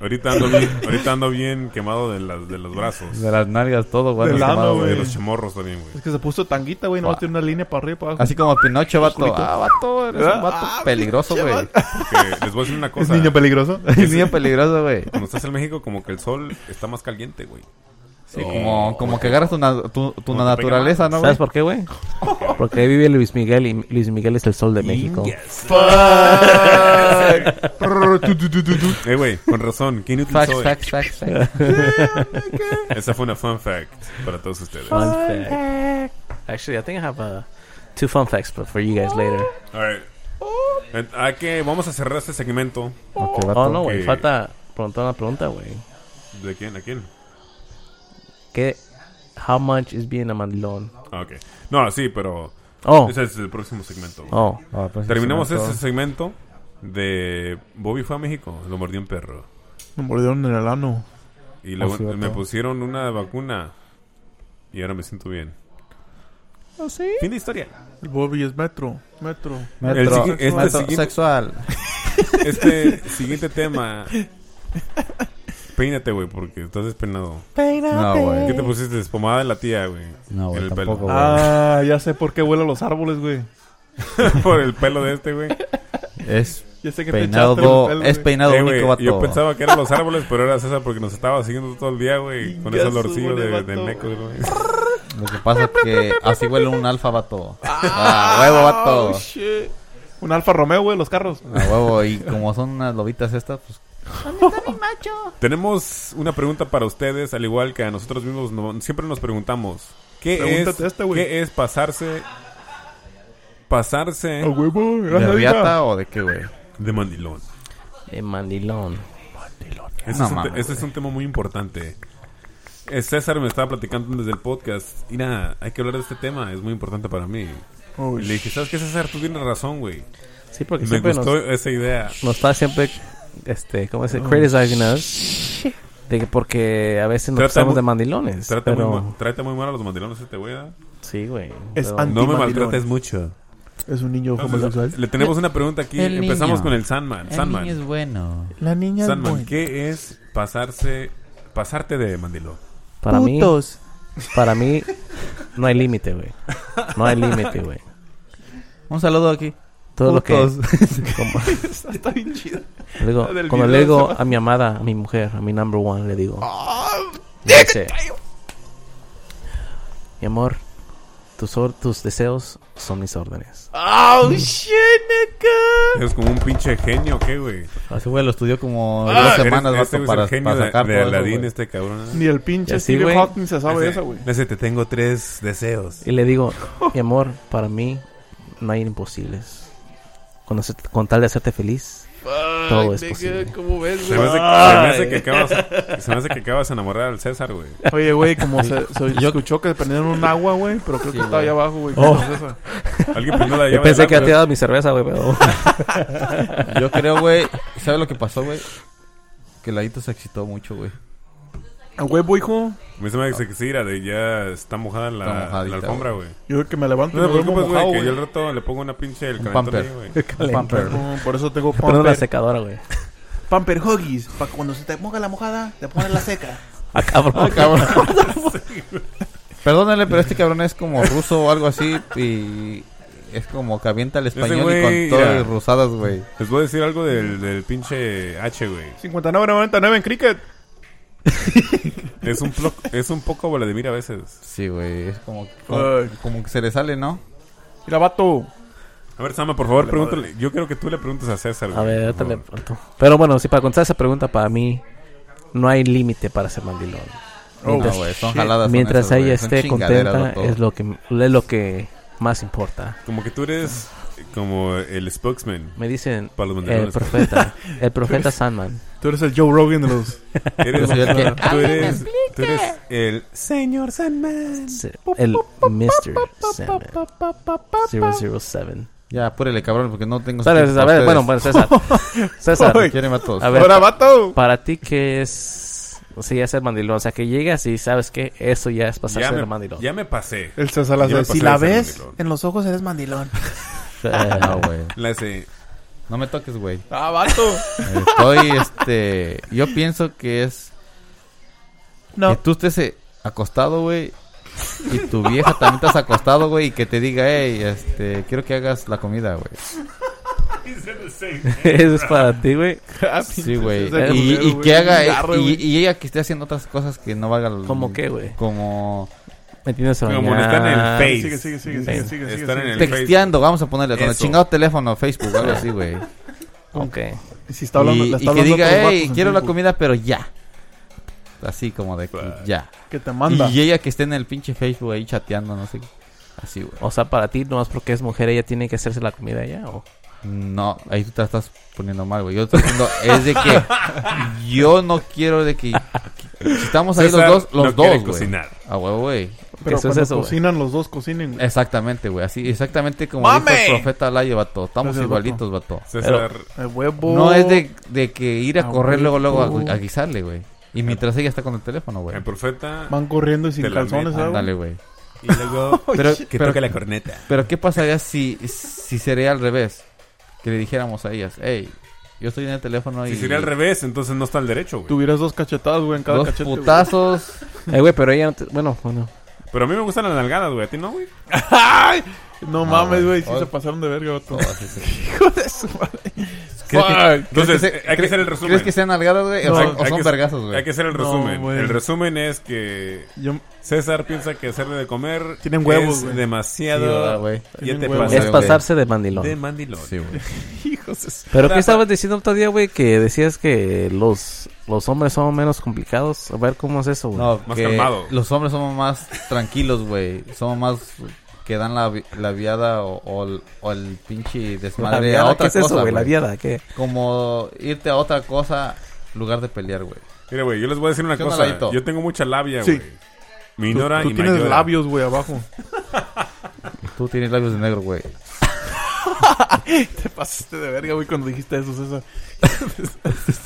Speaker 1: ahorita- ahorita ando bien, ahorita ando bien quemado de, las, de los brazos.
Speaker 2: De las nalgas, todo, güey.
Speaker 4: Del
Speaker 2: no
Speaker 4: ano,
Speaker 2: tomado,
Speaker 1: De
Speaker 4: güey.
Speaker 1: los chamorros también, güey.
Speaker 4: Es que se puso tanguita, güey. No
Speaker 2: Fuck.
Speaker 4: tiene una línea para arriba y para abajo.
Speaker 2: Así como Pinocho, vato.
Speaker 4: culito.
Speaker 2: Ah, vato, eres un vato
Speaker 4: Ah,
Speaker 2: peligroso,
Speaker 4: pinche
Speaker 2: güey.
Speaker 1: Porque les voy a decir una
Speaker 4: ¿Es
Speaker 1: cosa.
Speaker 4: niño peligroso?
Speaker 2: Es niño peligroso, güey.
Speaker 1: Cuando estás en México, como que el sol está más caliente, güey. Eh,
Speaker 2: Sí, como, como que agarras tu, na- tu, tu
Speaker 1: Oh, Como te pega
Speaker 2: naturaleza, ¿no, güey?
Speaker 3: ¿Sabes por qué, güey? Porque ahí vive Luis Miguel y Luis Miguel es el sol de México.
Speaker 1: Eh, güey, con razón. Qué inútil
Speaker 2: Facts,
Speaker 1: soy.
Speaker 2: facts, facts, facts.
Speaker 1: Esa fue una fun fact para todos ustedes.
Speaker 3: Fun fact. Actually, I think I have uh, two fun facts but for you guys later.
Speaker 1: Alright. Eh, Hay que... Vamos a cerrar este segmento.
Speaker 2: Ok, vato.
Speaker 3: Oh, no, güey.
Speaker 1: que-
Speaker 3: Falta preguntar una pregunta, güey.
Speaker 1: ¿De quién? ¿A quién?
Speaker 3: ¿Qué? How much is being a mandilón?
Speaker 1: Ah, ok. No, sí, pero...
Speaker 3: Oh,
Speaker 1: Ese es el próximo segmento. güey.
Speaker 3: oh.
Speaker 2: Ah, pues,
Speaker 1: Terminamos
Speaker 2: eso,
Speaker 1: este segmento de Bobby fue a México, lo mordió un perro.
Speaker 4: Me mordieron en el ano.
Speaker 1: Y luego
Speaker 2: sí, vato.
Speaker 1: me pusieron una vacuna. Y ahora me siento bien.
Speaker 4: ¿Ah, sí?
Speaker 1: Fin de historia.
Speaker 4: El Bobby es metro. Metro.
Speaker 2: Metro,
Speaker 1: El sigui- este
Speaker 2: metro
Speaker 1: siguiente-
Speaker 2: sexual.
Speaker 1: Este siguiente tema. Peínate, güey, porque estás despeinado.
Speaker 2: No,
Speaker 1: ¿Qué
Speaker 2: güey.
Speaker 1: te pusiste? Pomada de la tía, güey.
Speaker 2: No,
Speaker 1: En
Speaker 2: güey,
Speaker 1: el pelo.
Speaker 2: tampoco, güey.
Speaker 4: Ah, ya sé por qué vuelan los árboles, güey.
Speaker 1: Por el pelo de este, güey.
Speaker 2: Es
Speaker 4: Ya sé que te
Speaker 2: peinado,
Speaker 4: echaste el pelo,
Speaker 2: es
Speaker 4: güey.
Speaker 2: peinado
Speaker 1: Eh, güey,
Speaker 2: Ah, único, vato.
Speaker 1: yo pensaba que eran los árboles, pero era César porque nos estaba siguiendo todo el día, güey. Con ese
Speaker 4: Chingazo,
Speaker 1: olorcillo
Speaker 4: güey,
Speaker 1: de,
Speaker 4: vato.
Speaker 1: de meco, güey.
Speaker 2: Lo que pasa es que así huele un alfa, vato. Ah, huevo,
Speaker 4: Oh,
Speaker 2: vato.
Speaker 4: shit. Un Alfa Romeo, güey, los carros.
Speaker 2: A huevo. Y como son unas lobitas estas, pues...
Speaker 1: Tenemos una pregunta para ustedes, al igual que a nosotros mismos. no- siempre nos preguntamos: ¿qué es,
Speaker 4: Pregúntate esta, güey.
Speaker 1: ¿qué es pasarse. pasarse
Speaker 4: A huevo,
Speaker 2: ¿De
Speaker 4: gracias. hija.
Speaker 2: riata o de qué, güey?
Speaker 1: de mandilón?
Speaker 3: El mandilón.
Speaker 1: Este,
Speaker 2: No
Speaker 1: es, un
Speaker 2: mames,
Speaker 1: te- este es un tema muy importante. Eh, César me estaba platicando desde el podcast. Y nada, hay que hablar de este tema, es muy importante para mí.
Speaker 4: Oh,
Speaker 1: Y le dije: ¿Sabes qué, César? Tú tienes razón, güey.
Speaker 3: Sí, porque
Speaker 1: Me
Speaker 3: siempre nos,
Speaker 1: gustó esa idea.
Speaker 3: nos está siempre, este, ¿cómo se dice? Criticizing us. De que porque a veces
Speaker 1: Trata
Speaker 3: nos pasamos
Speaker 1: muy-
Speaker 3: de mandilones.
Speaker 1: Trata
Speaker 3: pero...
Speaker 1: muy, mal- trata muy mal a los mandilones este güey. ¿eh?
Speaker 3: Sí, güey.
Speaker 4: Es
Speaker 3: pero-
Speaker 4: anti-
Speaker 1: No me
Speaker 4: Antimandilones.
Speaker 1: maltrates mucho.
Speaker 4: Es un niño homosexual.
Speaker 1: Entonces, le tenemos una pregunta aquí.
Speaker 2: El
Speaker 1: Empezamos
Speaker 2: niño.
Speaker 1: con el Sandman. Sandman.
Speaker 2: bueno.
Speaker 6: La niña
Speaker 1: Sandman, ¿qué es pasarse, pasarte de mandilón?
Speaker 3: Para mí, para mí, no hay límite, güey. No hay límite, güey.
Speaker 2: Un saludo aquí.
Speaker 3: Todo lo
Speaker 2: Putos.
Speaker 3: que... como-
Speaker 4: Está bien chido.
Speaker 3: le digo-
Speaker 4: Del
Speaker 3: cuando
Speaker 4: video
Speaker 3: le digo
Speaker 4: se
Speaker 3: a mi amada, a mi mujer, a mi number one, le digo...
Speaker 1: Ah,
Speaker 3: le dice, mi amor, tus, or- tus deseos son mis órdenes.
Speaker 4: ¡Oh, shit, nigga!
Speaker 1: Es como un pinche genio, ¿qué, güey?
Speaker 2: Así, güey, lo estudió como
Speaker 1: Ah,
Speaker 2: dos
Speaker 1: eres-
Speaker 2: semanas vato,
Speaker 1: este güey es el
Speaker 2: para,
Speaker 1: genio
Speaker 2: para
Speaker 1: de-
Speaker 2: sacar
Speaker 1: de,
Speaker 2: todo eso,
Speaker 1: Aladdin,
Speaker 2: güey.
Speaker 1: este cabrón.
Speaker 4: Ni el pinche
Speaker 3: Y así,
Speaker 4: Stephen
Speaker 3: güey.
Speaker 4: Hawking se sabe
Speaker 1: Ese-
Speaker 4: eso, güey.
Speaker 1: ese, te tengo tres deseos.
Speaker 3: Y le digo, mi amor, para mí no hay imposibles. Con, hacer- con tal de hacerte feliz. Todo es posible.
Speaker 4: ¿Cómo ves,
Speaker 1: Se me, hace, se me hace que acabas, se me hace que acabas de enamorar al César, güey.
Speaker 4: Oye, güey, como se, se escuchó que prendieron un agua, güey, pero creo que estaba allá abajo, güey. ¿Cómo es eso?
Speaker 1: Alguien primero la llave
Speaker 3: Yo pensé
Speaker 1: del
Speaker 3: que ya te había
Speaker 1: agua.
Speaker 3: dado mi cerveza, güey, pero...
Speaker 2: Yo creo, güey, ¿sabes lo que pasó, güey? Que Ladito se excitó mucho, güey.
Speaker 4: A huevo, hijo.
Speaker 1: Me se me hace que sí, la de ya está mojada la,
Speaker 2: Está mojadita,
Speaker 1: la alfombra, güey.
Speaker 4: Yo creo que me levanto
Speaker 1: No te
Speaker 4: y me duermo
Speaker 1: preocupes,
Speaker 4: mojado,
Speaker 1: güey, que yo
Speaker 4: güey.
Speaker 1: al rato le pongo una pinche el
Speaker 2: Un
Speaker 1: calentón ahí,
Speaker 2: pamper.
Speaker 1: güey.
Speaker 2: Pamper.
Speaker 4: No, Por eso tengo
Speaker 3: Perdón la
Speaker 4: pamper.
Speaker 3: secadora, güey.
Speaker 4: Pamper Huggies. Para cuando se te ponga la mojada, te pones la seca.
Speaker 3: Ah, cabrón.
Speaker 2: Cabrón. Perdónale, pero este cabrón es como ruso o algo así y es como que avienta el español
Speaker 1: güey,
Speaker 2: y con todo
Speaker 1: mira.
Speaker 2: y rusadas, güey.
Speaker 1: Les voy a decir algo del, del pinche H, güey.
Speaker 5: 59-99 en cricket.
Speaker 1: Es un, plo- es un poco Vladimir a veces.
Speaker 2: Sí, güey, es como, como, como que se le sale, ¿no?
Speaker 4: Mira, vato.
Speaker 1: A ver, Sama, por favor, pregúntale. Yo creo que tú le preguntes a César, güey.
Speaker 3: A ver,
Speaker 1: por
Speaker 3: ahorita le
Speaker 1: favor.
Speaker 3: pregunto. Pero bueno, si para contestar esa pregunta, para mí no hay límite para ser mandilón. Mientras,
Speaker 2: no, güey, son jaladas. son
Speaker 3: mientras
Speaker 2: esas,
Speaker 3: ella
Speaker 2: güey, son
Speaker 3: esté
Speaker 2: chingaderas,
Speaker 3: contenta,
Speaker 2: loco.
Speaker 3: es lo, que, es lo que más importa.
Speaker 1: Como que tú eres como el spokesman
Speaker 3: Me dicen
Speaker 1: para los
Speaker 3: el
Speaker 1: mandarones.
Speaker 3: profeta, el profeta
Speaker 2: Pues.
Speaker 3: Sandman.
Speaker 4: Tú eres el Joe Rogan de los...
Speaker 1: Eres,
Speaker 2: Yo soy el que-
Speaker 1: tú, eres, tú eres el señor Sandman.
Speaker 3: Se- El Mr. Sandman. 007.
Speaker 2: Ya, apúrele, cabrón, porque no tengo...
Speaker 3: Sale,
Speaker 2: tiempo
Speaker 3: César, a
Speaker 2: para
Speaker 3: ver, bueno,
Speaker 2: ustedes.
Speaker 1: pues,
Speaker 3: bueno, César. César,
Speaker 2: Quieren a todos.
Speaker 3: a ver,
Speaker 5: Ahora, vato.
Speaker 3: para ti, ¿qué es? Sí, es ser mandilón. O sea, que llegas y sabes que eso ya es pasar a
Speaker 1: Ya
Speaker 3: ser
Speaker 1: me,
Speaker 3: mandilón.
Speaker 1: ya me pasé.
Speaker 5: El César
Speaker 1: Ya me
Speaker 5: las
Speaker 1: pasé de
Speaker 4: Si la
Speaker 1: ser
Speaker 4: ves,
Speaker 1: mandilón.
Speaker 4: en los ojos eres mandilón.
Speaker 3: Eh,
Speaker 2: No, güey.
Speaker 1: La hace-
Speaker 2: No me toques, güey.
Speaker 5: Ah, vato.
Speaker 2: Estoy, este... Yo pienso que es... Que
Speaker 4: No.
Speaker 2: tú estés eh, acostado, güey. Y tu vieja también estás acostado, güey. Y que te diga, hey, este... Quiero que hagas la comida, güey.
Speaker 3: eso es para ti, güey.
Speaker 1: Ah,
Speaker 2: Sí, güey.
Speaker 4: Ese
Speaker 2: Y,
Speaker 4: culero,
Speaker 2: y
Speaker 4: güey.
Speaker 2: que haga...
Speaker 4: Garro,
Speaker 2: y-
Speaker 4: güey.
Speaker 2: y ella que esté haciendo otras cosas que no valga... el-
Speaker 3: ¿Cómo qué, güey?
Speaker 2: Como...
Speaker 3: Me tienes a
Speaker 1: Como
Speaker 3: bañar.
Speaker 1: están en el Face.
Speaker 4: Sigue, sigue, sigue, sigue,
Speaker 3: Ven.
Speaker 4: sigue, sigue,
Speaker 1: Están en
Speaker 4: sigue.
Speaker 1: el
Speaker 2: Texteando, vamos a ponerle. Con el
Speaker 1: Eso.
Speaker 2: chingado teléfono, Facebook, algo así, güey.
Speaker 3: Ok.
Speaker 4: Si está hablando,
Speaker 2: y,
Speaker 4: le
Speaker 2: y
Speaker 4: está
Speaker 2: que
Speaker 4: hablando a otros
Speaker 2: diga, hey,
Speaker 4: vatos en
Speaker 2: quiero la
Speaker 4: Facebook.
Speaker 2: comida, pero ya. Así como de
Speaker 1: Fuck.
Speaker 2: ya.
Speaker 4: Que te manda.
Speaker 2: Y ella que esté en el pinche Facebook ahí chateando, no sé. qué. Así, güey.
Speaker 3: O sea, para ti, nomás porque es mujer, ella tiene que hacerse la comida ya. ¿o?
Speaker 2: No, ahí tú te la estás poniendo mal, güey. Yo te estoy diciendo, es de que yo no quiero de que. Si estamos ahí
Speaker 1: César
Speaker 2: los dos, los
Speaker 1: no quiere
Speaker 2: dos, güey.
Speaker 1: cocinar.
Speaker 2: Ah, güey, güey. Eh,
Speaker 4: Pero
Speaker 3: eso es
Speaker 4: cuando
Speaker 3: eso, güey.
Speaker 4: cocinan, los dos cocinen, güey.
Speaker 2: Exactamente, güey. Así, exactamente como
Speaker 5: ¡Mame!
Speaker 2: dijo el profeta Layo, vato. Estamos
Speaker 4: Gracias,
Speaker 2: igualitos, vato.
Speaker 1: César,
Speaker 4: El huevo.
Speaker 2: No es de, de que ir a
Speaker 4: Ah,
Speaker 2: correr
Speaker 4: güey,
Speaker 2: luego, luego
Speaker 4: tú.
Speaker 2: a, a guisarle, güey. Y mientras ella está con el teléfono, güey.
Speaker 1: el
Speaker 4: Pues,
Speaker 1: profeta.
Speaker 4: Van corriendo y
Speaker 1: Te
Speaker 4: sin
Speaker 1: la
Speaker 4: calzones,
Speaker 1: meto.
Speaker 4: ¿sabes?
Speaker 2: Ándale, güey.
Speaker 1: Y luego
Speaker 2: Pero,
Speaker 1: que
Speaker 2: pero-
Speaker 1: toca la corneta.
Speaker 2: Pero ¿qué pasaría si, si sería al revés? Que le dijéramos a ellas, hey, yo estoy en el teléfono y...
Speaker 1: Si sería al revés, entonces no está al derecho, güey.
Speaker 4: Tuvieras dos cachetadas, güey, en cada
Speaker 2: Dos
Speaker 4: cachete. güey.
Speaker 2: putazos.
Speaker 3: Eh, güey, pero ella no te- Bueno, bueno.
Speaker 1: Pero a mí me gustan las nalgadas, güey. ¿A ti no, güey?
Speaker 4: No mames, güey, sí
Speaker 2: Ay.
Speaker 4: se pasaron de verga, vato.
Speaker 2: Hijo de su madre. ¿Crees que, crees que
Speaker 1: Entonces,
Speaker 2: se-
Speaker 1: hay que hacer el
Speaker 2: cre-
Speaker 1: resumen.
Speaker 2: ¿Crees que sean nalgadas, güey?
Speaker 4: No,
Speaker 2: o sea,
Speaker 1: hay
Speaker 2: o son
Speaker 1: que-
Speaker 2: vergazos, güey.
Speaker 1: Hay que hacer el
Speaker 4: No,
Speaker 1: resumen.
Speaker 4: güey.
Speaker 1: el resumen es que
Speaker 4: Yo-
Speaker 1: César piensa que hacerle de comer
Speaker 4: Tienen huevos,
Speaker 1: es
Speaker 4: güey.
Speaker 2: Sí, ¿verdad,
Speaker 1: demasiado.
Speaker 2: güey?
Speaker 1: ya
Speaker 4: Tienen
Speaker 1: te
Speaker 4: huevos.
Speaker 1: pasa.
Speaker 3: Es
Speaker 2: güey.
Speaker 3: pasarse de mandilón.
Speaker 1: de mandilón.
Speaker 2: Sí, güey.
Speaker 3: Pero
Speaker 1: Nada,
Speaker 3: ¿qué estabas diciendo otro día, güey? Que decías que los, los hombres son menos complicados. A ver, ¿cómo es eso, güey?
Speaker 2: No,
Speaker 1: Más
Speaker 2: que
Speaker 1: calmado.
Speaker 2: los hombres somos más tranquilos, güey. Somos más que dan la, vi- la viada o, o el, o el pinche
Speaker 3: La
Speaker 2: desmadre a
Speaker 3: viada,
Speaker 2: otra
Speaker 3: ¿Qué es eso,
Speaker 2: cosa,
Speaker 3: güey? La
Speaker 2: güey.
Speaker 3: viada, ¿qué?
Speaker 2: Como irte a otra cosa en lugar de pelear, güey.
Speaker 1: Mira, güey, yo les voy a decir una
Speaker 2: ¿Qué onda,
Speaker 1: cosa.
Speaker 2: Ladito?
Speaker 1: Yo tengo mucha labia,
Speaker 4: Sí.
Speaker 1: güey. Me
Speaker 4: Tú,
Speaker 1: ignora
Speaker 4: tú
Speaker 1: y me
Speaker 4: tienes
Speaker 1: llora.
Speaker 4: labios, güey, abajo.
Speaker 2: Tú tienes labios de negro, güey.
Speaker 4: Te pasaste de verga, güey, cuando dijiste eso, César.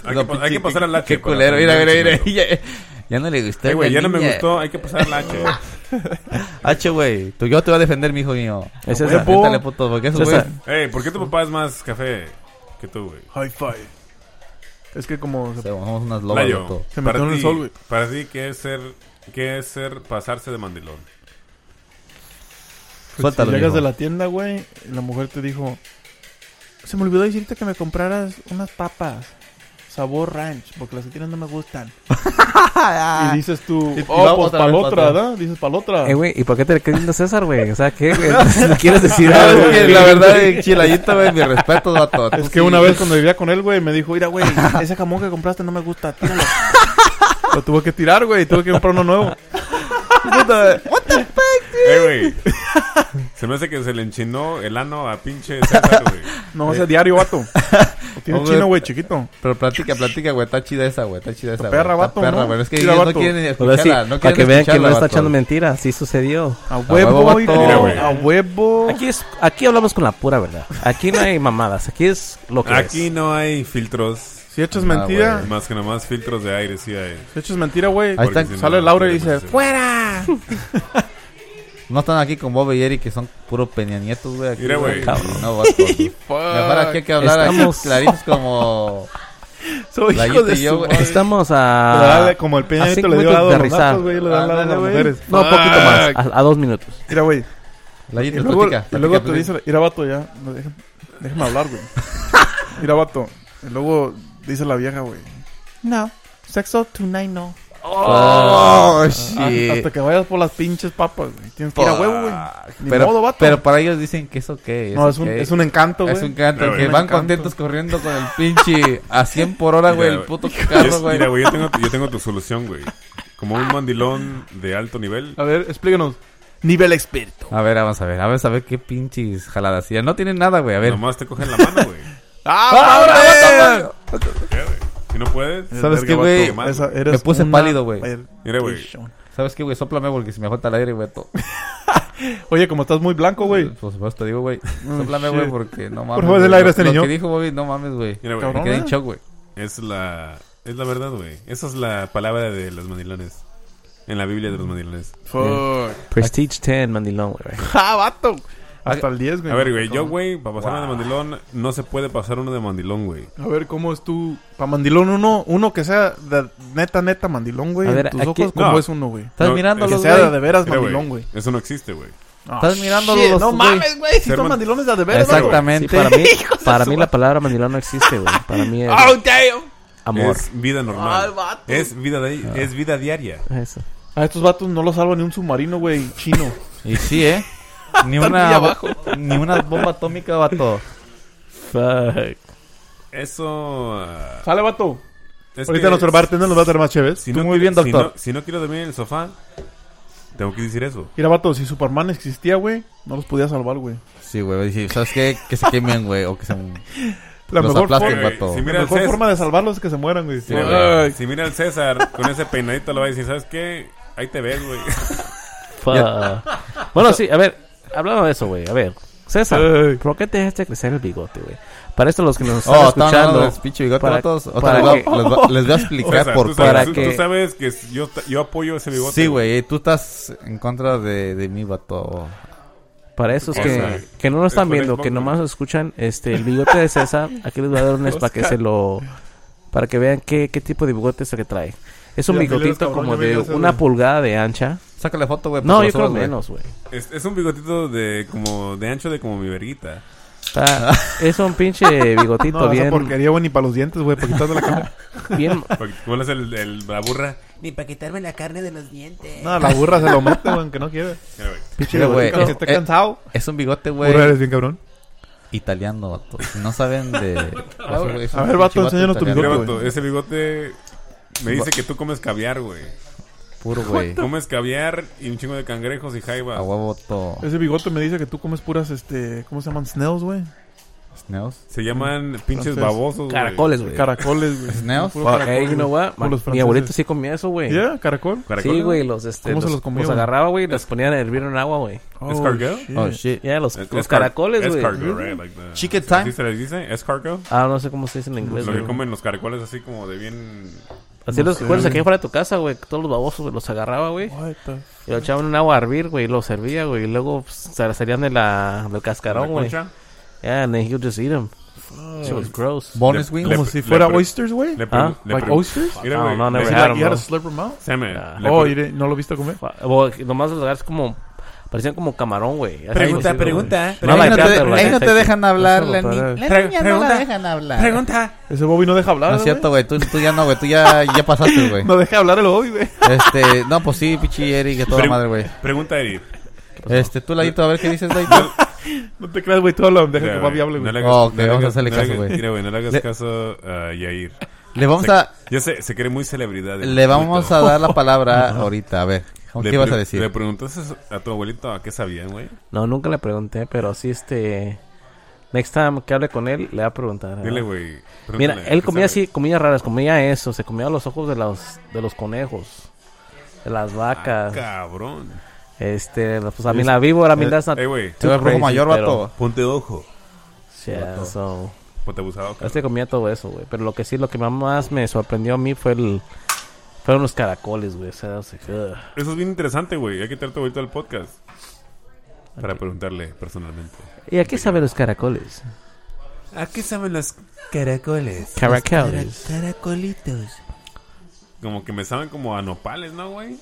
Speaker 1: Hay, que, pa- hay que pasar al H.
Speaker 2: Qué
Speaker 1: para
Speaker 2: culero, mira,
Speaker 1: terminar
Speaker 2: mira,
Speaker 1: el
Speaker 2: mira.
Speaker 1: chingado.
Speaker 2: Ya, ya no le gustó.
Speaker 1: Eh, güey, ya no
Speaker 2: la
Speaker 1: me
Speaker 2: niña.
Speaker 1: gustó. Hay que pasar al H.
Speaker 2: H, güey. Tú yo te voy a defender, mijo mío.
Speaker 3: Es
Speaker 2: Güey,
Speaker 3: esa.
Speaker 2: apriétale, puto, porque eso, güey.
Speaker 3: César.
Speaker 1: Ey, ¿por qué tu papá es más café que tú, güey?
Speaker 4: High five. Es que como pues, se,
Speaker 2: Somos unas lobas,
Speaker 1: Layo,
Speaker 2: vato.
Speaker 4: se metió en el
Speaker 1: ti-
Speaker 4: sol, güey.
Speaker 1: Para ti, ¿qué es ser, qué es ser pasarse de mandilón?
Speaker 2: Suéltalo,
Speaker 4: si llegas
Speaker 2: mijo.
Speaker 4: de la tienda, güey, la mujer te dijo, se me olvidó decirte que me compraras unas papas. sabor ranch, porque las que tienen no me gustan. y dices tú,
Speaker 2: Y- y
Speaker 4: oh,
Speaker 2: vamos
Speaker 4: pues
Speaker 2: otra vez,
Speaker 4: palotra,
Speaker 2: otra vez.
Speaker 4: ¿verdad? Dices palotra.
Speaker 2: Ah.
Speaker 3: Eh, güey, ¿y por qué te le quedas viendo a César, güey? O sea, ¿qué, güey? ¿Le quieres decir
Speaker 2: Ah,
Speaker 3: algo?
Speaker 2: es que
Speaker 3: güey?
Speaker 2: la verdad, eh, Chilayito, güey, mi respeto, vato.
Speaker 4: es que una vez cuando vivía con él, güey, me dijo, mira, güey, ese jamón que compraste no me gusta, tíralo. Lo tuve que tirar, güey, y tuve que comprar uno nuevo. Puta,
Speaker 1: Eh, güey. Se me hace que se le enchinó el ano a pinche César, güey.
Speaker 4: no,
Speaker 2: Eh.
Speaker 4: ese diario, vato. Lo Tiene
Speaker 2: Hombre.
Speaker 4: chino, güey, chiquito.
Speaker 2: Pero platica, platica, güey. Está chida esa, güey. Está chida esa.
Speaker 4: perra,
Speaker 2: güey. Está
Speaker 4: vato,
Speaker 2: perra,
Speaker 4: ¿no?
Speaker 2: güey. Es que
Speaker 4: Mira,
Speaker 2: ellos no
Speaker 4: vato.
Speaker 2: quieren ni
Speaker 3: Ahora sí,
Speaker 2: escucharla. no quieren
Speaker 3: para que vean que no
Speaker 2: escucharla,
Speaker 3: está
Speaker 2: vato.
Speaker 3: echando mentiras, sí sucedió.
Speaker 4: A
Speaker 2: huevo,
Speaker 4: huevo,
Speaker 2: vato.
Speaker 4: hijo.
Speaker 1: Mira, güey.
Speaker 4: A huevo.
Speaker 3: Aquí, es, aquí hablamos con la pura verdad. Aquí no hay mamadas, aquí es lo que
Speaker 1: Aquí
Speaker 3: es.
Speaker 1: no hay filtros.
Speaker 4: Si echas
Speaker 2: Nah,
Speaker 4: mentira,
Speaker 1: Más que nomás filtros de aire, sí hay.
Speaker 4: si echas mentira, güey.
Speaker 2: Ahí
Speaker 1: Porque
Speaker 2: están,
Speaker 1: si
Speaker 4: Sale Laura y
Speaker 1: tenemos
Speaker 4: dice,
Speaker 1: ese-
Speaker 4: ¡fuera!
Speaker 2: No están aquí con Bob y Eric, que son puro Peña Nietos, güey. aquí,
Speaker 1: Mira, güey.
Speaker 2: Y No, vato. Mejor aquí que hablar
Speaker 3: Estamos-
Speaker 2: aquí claritos como...
Speaker 4: Soy
Speaker 2: La
Speaker 4: hijo de
Speaker 2: hice yo,
Speaker 4: su
Speaker 2: güey.
Speaker 4: madre.
Speaker 3: Estamos
Speaker 4: Le da-
Speaker 3: a...
Speaker 4: como el
Speaker 2: Ah,
Speaker 3: a
Speaker 4: peñadito
Speaker 3: cinco
Speaker 4: le dio a
Speaker 3: minutos
Speaker 4: dos
Speaker 3: de rizar.
Speaker 4: manotazos, güey, le da a las
Speaker 2: Ándale, güey.
Speaker 4: mujeres.
Speaker 3: No, poquito más, a, a dos minutos.
Speaker 4: Mira, güey.
Speaker 2: Layito,
Speaker 4: Y luego,
Speaker 2: platica,
Speaker 4: y luego te
Speaker 2: platica,
Speaker 4: dice, mira, vato, ya. no, déjame, déjame hablar, güey. Mira, vato. Y luego dice la vieja, güey. No, sexo tonight no.
Speaker 2: Oh,
Speaker 4: Ah, Hasta
Speaker 2: shit.
Speaker 4: que vayas por las pinches papas, güey. Tienes que ir a huevo, güey. Ni modo,
Speaker 2: Pero,
Speaker 4: vato.
Speaker 2: pero para ellos dicen que es ok. Es
Speaker 4: no, es un,
Speaker 2: ok.
Speaker 4: es un encanto, güey.
Speaker 2: Es un canto,
Speaker 1: Pero,
Speaker 2: que
Speaker 4: güey,
Speaker 2: van
Speaker 4: me encanta.
Speaker 2: contentos corriendo con el pinche a 100 por hora, güey,
Speaker 1: Mira,
Speaker 2: el puto
Speaker 1: Yo-
Speaker 2: carro, güey.
Speaker 1: Mira, güey, yo tengo, yo tengo tu solución, güey. Como un mandilón de alto nivel.
Speaker 4: A ver, explícanos. Nivel experto.
Speaker 2: A ver, vamos a ver, a ver, a ver qué pinches jaladas. hacían. no tienen nada, güey, a ver.
Speaker 1: Nomás te cogen la mano, güey.
Speaker 4: eh!
Speaker 2: ¡Ah, güey!
Speaker 1: Ya, güey. Si no puedes,
Speaker 2: ¿Sabes qué,
Speaker 1: verga,
Speaker 2: güey?
Speaker 1: vato,
Speaker 4: Esa-
Speaker 1: madre.
Speaker 4: eres
Speaker 2: Me puse
Speaker 4: una
Speaker 2: pálido, güey.
Speaker 1: Mira, güey.
Speaker 2: ¿Sabes qué, güey? Sóplame porque se me falta el aire, güey. to-
Speaker 4: Oye, como estás muy blanco, güey.
Speaker 2: Por supuesto, digo, güey.
Speaker 4: Oh,
Speaker 2: Sóplame, güey,
Speaker 4: shit.
Speaker 2: porque no mames.
Speaker 4: favor,
Speaker 2: güey,
Speaker 4: el aire
Speaker 2: lo-
Speaker 4: este
Speaker 2: Lo
Speaker 4: niño.
Speaker 2: que dijo Bobby, no mames, güey.
Speaker 1: Mira,
Speaker 2: Me
Speaker 1: güey.
Speaker 4: Cabrón.
Speaker 2: quedé en shock, güey.
Speaker 1: Es la, es la verdad, güey. Esa es la palabra de los mandilones. En la Biblia de los mandilones.
Speaker 4: Fuck.
Speaker 3: Prestige 10, mandilón, güey.
Speaker 4: Ja, Ah, vato. Hasta el 10, güey.
Speaker 1: A ver, güey, yo, güey, para pasar uno de mandilón, no se puede pasar uno de mandilón, güey.
Speaker 4: A ver, ¿cómo es tu... Pa' mandilón uno, uno que sea de neta, neta mandilón, güey.
Speaker 3: A
Speaker 4: En
Speaker 3: ver,
Speaker 4: tus
Speaker 3: aquí-
Speaker 4: ojos, ¿cómo
Speaker 1: no.
Speaker 4: es uno, güey?
Speaker 2: Estás
Speaker 1: No,
Speaker 4: Que
Speaker 2: mirándolos,
Speaker 4: sea de,
Speaker 2: güey.
Speaker 4: de veras
Speaker 1: Mira,
Speaker 4: mandilón, güey.
Speaker 1: Eso no existe, güey.
Speaker 2: Estás
Speaker 4: Ah,
Speaker 2: mirándolos
Speaker 4: shit,
Speaker 2: los
Speaker 4: No
Speaker 2: dos,
Speaker 4: mames, güey. Si
Speaker 1: Ser
Speaker 4: son
Speaker 1: man-
Speaker 4: mandilones de de veras, güey.
Speaker 3: Sí,
Speaker 2: Exactamente.
Speaker 3: para mí, para mí la palabra mandilón no existe, güey. Para mí es
Speaker 4: Oh, damn.
Speaker 3: amor.
Speaker 1: Es vida normal. es, vida de- es vida diaria.
Speaker 3: Eso.
Speaker 4: A estos vatos no los salva ni un submarino, güey, chino.
Speaker 2: Y sí, ¿eh? Ni
Speaker 4: Están muy
Speaker 2: una,
Speaker 4: abajo.
Speaker 2: ni una bomba atómica, vato.
Speaker 3: Fuck.
Speaker 1: Eso. ah,
Speaker 4: Sale, vato.
Speaker 1: es
Speaker 4: Ahorita
Speaker 1: que
Speaker 4: nuestro bartender nos va a traer más chéves.
Speaker 1: Si
Speaker 2: Tú
Speaker 1: no
Speaker 2: muy
Speaker 1: quiero-
Speaker 2: bien,
Speaker 1: si
Speaker 2: doctor.
Speaker 1: no- si no quiero dormir en el sofá, tengo que decir eso.
Speaker 4: Mira, vato, si Superman existía, güey, no los podía salvar, güey.
Speaker 2: Sí, güey. sí, ¿Sabes qué? Que se quemen, güey. O que se...
Speaker 4: La
Speaker 2: Los
Speaker 4: mejor,
Speaker 2: aplastan,
Speaker 4: forma,
Speaker 1: güey.
Speaker 2: vato.
Speaker 1: Eh, Si
Speaker 4: la
Speaker 1: mira al
Speaker 4: mejor
Speaker 1: César,
Speaker 4: forma de salvarlos es que se mueran, güey.
Speaker 1: sí, güey. Si mira al César con ese peinadito, le va a decir, ¿sabes qué? Ahí te ves, güey.
Speaker 3: Fuck. Bueno, sí, a ver, hablando de eso, güey. A ver,
Speaker 4: Ay.
Speaker 3: César, ¿por qué te dejaste crecer el bigote, güey? Para esto, los que nos están
Speaker 2: Oh, están hablando
Speaker 3: escuchando.
Speaker 2: de pinche bigote,
Speaker 3: para-
Speaker 2: vatos. Otra
Speaker 3: para
Speaker 2: vez
Speaker 3: que-
Speaker 2: les, va- les voy a explicar
Speaker 1: César,
Speaker 2: por
Speaker 1: tú,
Speaker 2: qué.
Speaker 1: sabes,
Speaker 3: para
Speaker 1: tú-
Speaker 3: que-
Speaker 1: tú sabes que yo, ta- yo apoyo ese bigote.
Speaker 2: Sí, güey. Tú estás en contra de, de mí, vato.
Speaker 3: Para esos que,
Speaker 1: Exacto.
Speaker 3: que no nos están
Speaker 1: Mejor
Speaker 3: viendo,
Speaker 1: Xbox,
Speaker 3: que
Speaker 1: güey.
Speaker 3: nomás nos escuchan, este, el bigote de César, aquí les voy a dar un es para que se lo... Para que vean qué, qué tipo de bigote es el que trae. Es un
Speaker 4: Ya, diles,
Speaker 3: bigotito
Speaker 4: cabrón,
Speaker 3: como
Speaker 4: ya
Speaker 3: de
Speaker 4: vengas,
Speaker 3: una
Speaker 4: güey.
Speaker 3: pulgada de ancha.
Speaker 2: Sácale foto, güey.
Speaker 3: No,
Speaker 2: para
Speaker 3: yo
Speaker 2: que lo
Speaker 3: creo
Speaker 2: subas,
Speaker 3: menos, güey.
Speaker 1: Es, es un bigotito de como de ancho de como mi verguita.
Speaker 3: Está- Es un pinche bigotito
Speaker 4: Ah. No, esa
Speaker 3: bien,
Speaker 4: porquería, güey, ni para los dientes, güey, para quitarse la cara.
Speaker 3: bien...
Speaker 1: Porque tú pones el, el, la burra.
Speaker 7: Ni para quitarme la carne de los dientes.
Speaker 4: No, la burra se lo mete, güey, aunque no quiere.
Speaker 1: Mira, güey.
Speaker 2: Mira, güey.
Speaker 4: Que esté
Speaker 2: eh,
Speaker 4: cansado.
Speaker 2: Es un bigote, güey.
Speaker 4: Burra, eres bien cabrón.
Speaker 2: Italiano, vato. Si no saben de. Es un
Speaker 4: A ver,
Speaker 2: pinche
Speaker 4: vato, enséñanos tu
Speaker 2: italiano,
Speaker 1: Mira,
Speaker 4: güey.
Speaker 1: vato, ese bigote me dice que tú comes caviar, güey.
Speaker 2: Puro, güey.
Speaker 1: Comes caviar y un chingo de cangrejos y
Speaker 2: A
Speaker 3: Ah,
Speaker 1: jaibas.
Speaker 2: huevo, vato.
Speaker 4: Ese bigote me dice que tú comes puras, este, ¿cómo se llaman? Snails, güey.
Speaker 2: ¿Snails?
Speaker 1: Se
Speaker 2: Mm.
Speaker 1: llaman pinches
Speaker 4: Francés.
Speaker 1: babosos, güey.
Speaker 3: Caracoles, güey.
Speaker 4: Caracoles, güey.
Speaker 2: ¿Snails?
Speaker 4: Puro
Speaker 3: Fuck,
Speaker 4: caracol,
Speaker 3: eh, you know
Speaker 4: güey.
Speaker 3: what?
Speaker 4: Como los
Speaker 3: Mi
Speaker 4: franceses.
Speaker 3: abuelito sí comía eso, güey.
Speaker 4: Yeah, caracol.
Speaker 1: ¿Caracoles?
Speaker 3: Sí, güey, los, este,
Speaker 4: ¿Cómo se
Speaker 3: los,
Speaker 4: los comía,
Speaker 3: los
Speaker 4: güey?
Speaker 3: agarraba, güey, y los ponían a hervir en agua, güey.
Speaker 1: ¿Es cargo?
Speaker 2: Oh, shit.
Speaker 3: Ya, los,
Speaker 1: Es-
Speaker 3: los
Speaker 1: es car-
Speaker 3: caracoles,
Speaker 1: es
Speaker 3: güey.
Speaker 1: cargo, right? Like the-
Speaker 2: Chicken
Speaker 1: ¿sí
Speaker 2: time.
Speaker 1: se les dice? ¿Es cargo?
Speaker 3: Ah, no sé cómo se dice en inglés,
Speaker 1: Lo que
Speaker 3: güey.
Speaker 1: comen los caracoles así como de bien...
Speaker 3: Así los
Speaker 4: sé,
Speaker 3: recuerdas
Speaker 4: güey.
Speaker 3: aquí fuera de tu casa, güey. que Todos los babosos, güey, los agarraba, güey. Y los echaban en agua a hervir, güey. Y los servía, güey. Y luego pues, se salían de la, del cascarón,
Speaker 1: la
Speaker 3: güey.
Speaker 1: concha.
Speaker 3: Yeah, and then he would just eat them. It was gross.
Speaker 2: Bonus
Speaker 1: Le-
Speaker 2: wing.
Speaker 1: le-
Speaker 4: Como si fuera oysters, güey.
Speaker 1: Le
Speaker 3: ¿Ah?
Speaker 1: pregun- le
Speaker 4: Like
Speaker 1: pregun-
Speaker 4: oysters.
Speaker 1: Mira,
Speaker 3: No,
Speaker 1: güey,
Speaker 3: no,
Speaker 1: le-
Speaker 3: never
Speaker 4: Is it
Speaker 3: had
Speaker 4: like
Speaker 3: 'em,
Speaker 4: you had a
Speaker 3: bro.
Speaker 4: slurp 'em out?
Speaker 1: Sam,
Speaker 3: Ah.
Speaker 1: le
Speaker 4: Oh,
Speaker 1: pre-
Speaker 4: you didn't- no lo viste comer.
Speaker 3: Fu- Bueno, nomás los agarras como Parecían como camarón, güey. Así
Speaker 7: Pregunta,
Speaker 3: cocido, güey.
Speaker 7: pregunta,
Speaker 1: eh,
Speaker 3: No,
Speaker 7: pregunta.
Speaker 2: ahí no
Speaker 3: like
Speaker 2: te,
Speaker 3: that, like
Speaker 2: ahí no
Speaker 3: that.
Speaker 2: te dejan hablar,
Speaker 3: Eso,
Speaker 2: la, ni-
Speaker 3: para-
Speaker 2: la
Speaker 7: Pre-
Speaker 2: niña no
Speaker 7: pregunta.
Speaker 2: la dejan hablar.
Speaker 7: Pregunta.
Speaker 4: Ese Bobby no deja hablar.
Speaker 2: No es cierto, güey. Tú, tú ya no, güey. Tú ya, ya pasaste, güey.
Speaker 4: No deja hablar el Bobby, güey.
Speaker 2: Este, no, pues sí, pichi Eric, que toda
Speaker 1: Pre-
Speaker 2: madre, güey.
Speaker 1: Pregunta, Eddie.
Speaker 2: Este, tú, Ladito, a ver qué dices, Ladito.
Speaker 4: No te creas, güey. Tú habla. Deja que
Speaker 1: Mira,
Speaker 4: papi hable,
Speaker 1: No
Speaker 4: güey.
Speaker 1: le
Speaker 2: güey.
Speaker 1: hagas,
Speaker 2: Oh, ok,
Speaker 1: no le
Speaker 2: vamos a
Speaker 1: hagas-
Speaker 2: hacerle
Speaker 1: no le
Speaker 2: caso,
Speaker 1: hagas-
Speaker 2: güey.
Speaker 1: Mira, güey, no le hagas
Speaker 2: Le-
Speaker 1: caso a Yair.
Speaker 2: Le vamos
Speaker 1: Se-
Speaker 2: a,
Speaker 1: Ya sé, se cree muy celebridad. el
Speaker 2: le vamos
Speaker 1: puto.
Speaker 2: a dar la palabra ahorita, a ver.
Speaker 1: Le
Speaker 2: ¿Qué ibas a
Speaker 1: pre-
Speaker 2: decir?
Speaker 1: Le preguntaste a tu abuelito a qué sabían, güey.
Speaker 3: No, nunca le pregunté, pero sí, este... Next time que hable con él, le voy a preguntar.
Speaker 1: Dile,
Speaker 3: ¿no?
Speaker 1: güey.
Speaker 3: Ah. Mira,
Speaker 1: pregúntale,
Speaker 3: él
Speaker 1: ¿qué
Speaker 3: comía
Speaker 1: sabe?
Speaker 3: así, comía raras, comía eso, se comía los ojos de los, de los conejos, de las
Speaker 1: Ah,
Speaker 3: vacas,
Speaker 1: cabrón.
Speaker 3: este, pues a mí la víbora, a mí that's not
Speaker 1: Eh, güey.
Speaker 2: Te voy a
Speaker 3: crazy,
Speaker 2: brujo mayor,
Speaker 3: pero-
Speaker 2: vato.
Speaker 1: Ponte ojo.
Speaker 3: Yeah, so,
Speaker 1: Ponte abusado, cabrón.
Speaker 3: este comía todo eso, güey, pero lo que sí, lo que más me sorprendió a mí fue el, fueron los caracoles, güey, o sea, se- ugh.
Speaker 1: Eso es bien interesante, güey. Hay que traerte ahorita al podcast. Para preguntarle personalmente.
Speaker 3: ¿Y a qué saben los caracoles?
Speaker 1: Pues, ¿A qué saben los caracoles?
Speaker 3: Caracoles.
Speaker 7: Caracolitos.
Speaker 1: Como que me saben como a nopales, ¿no, güey?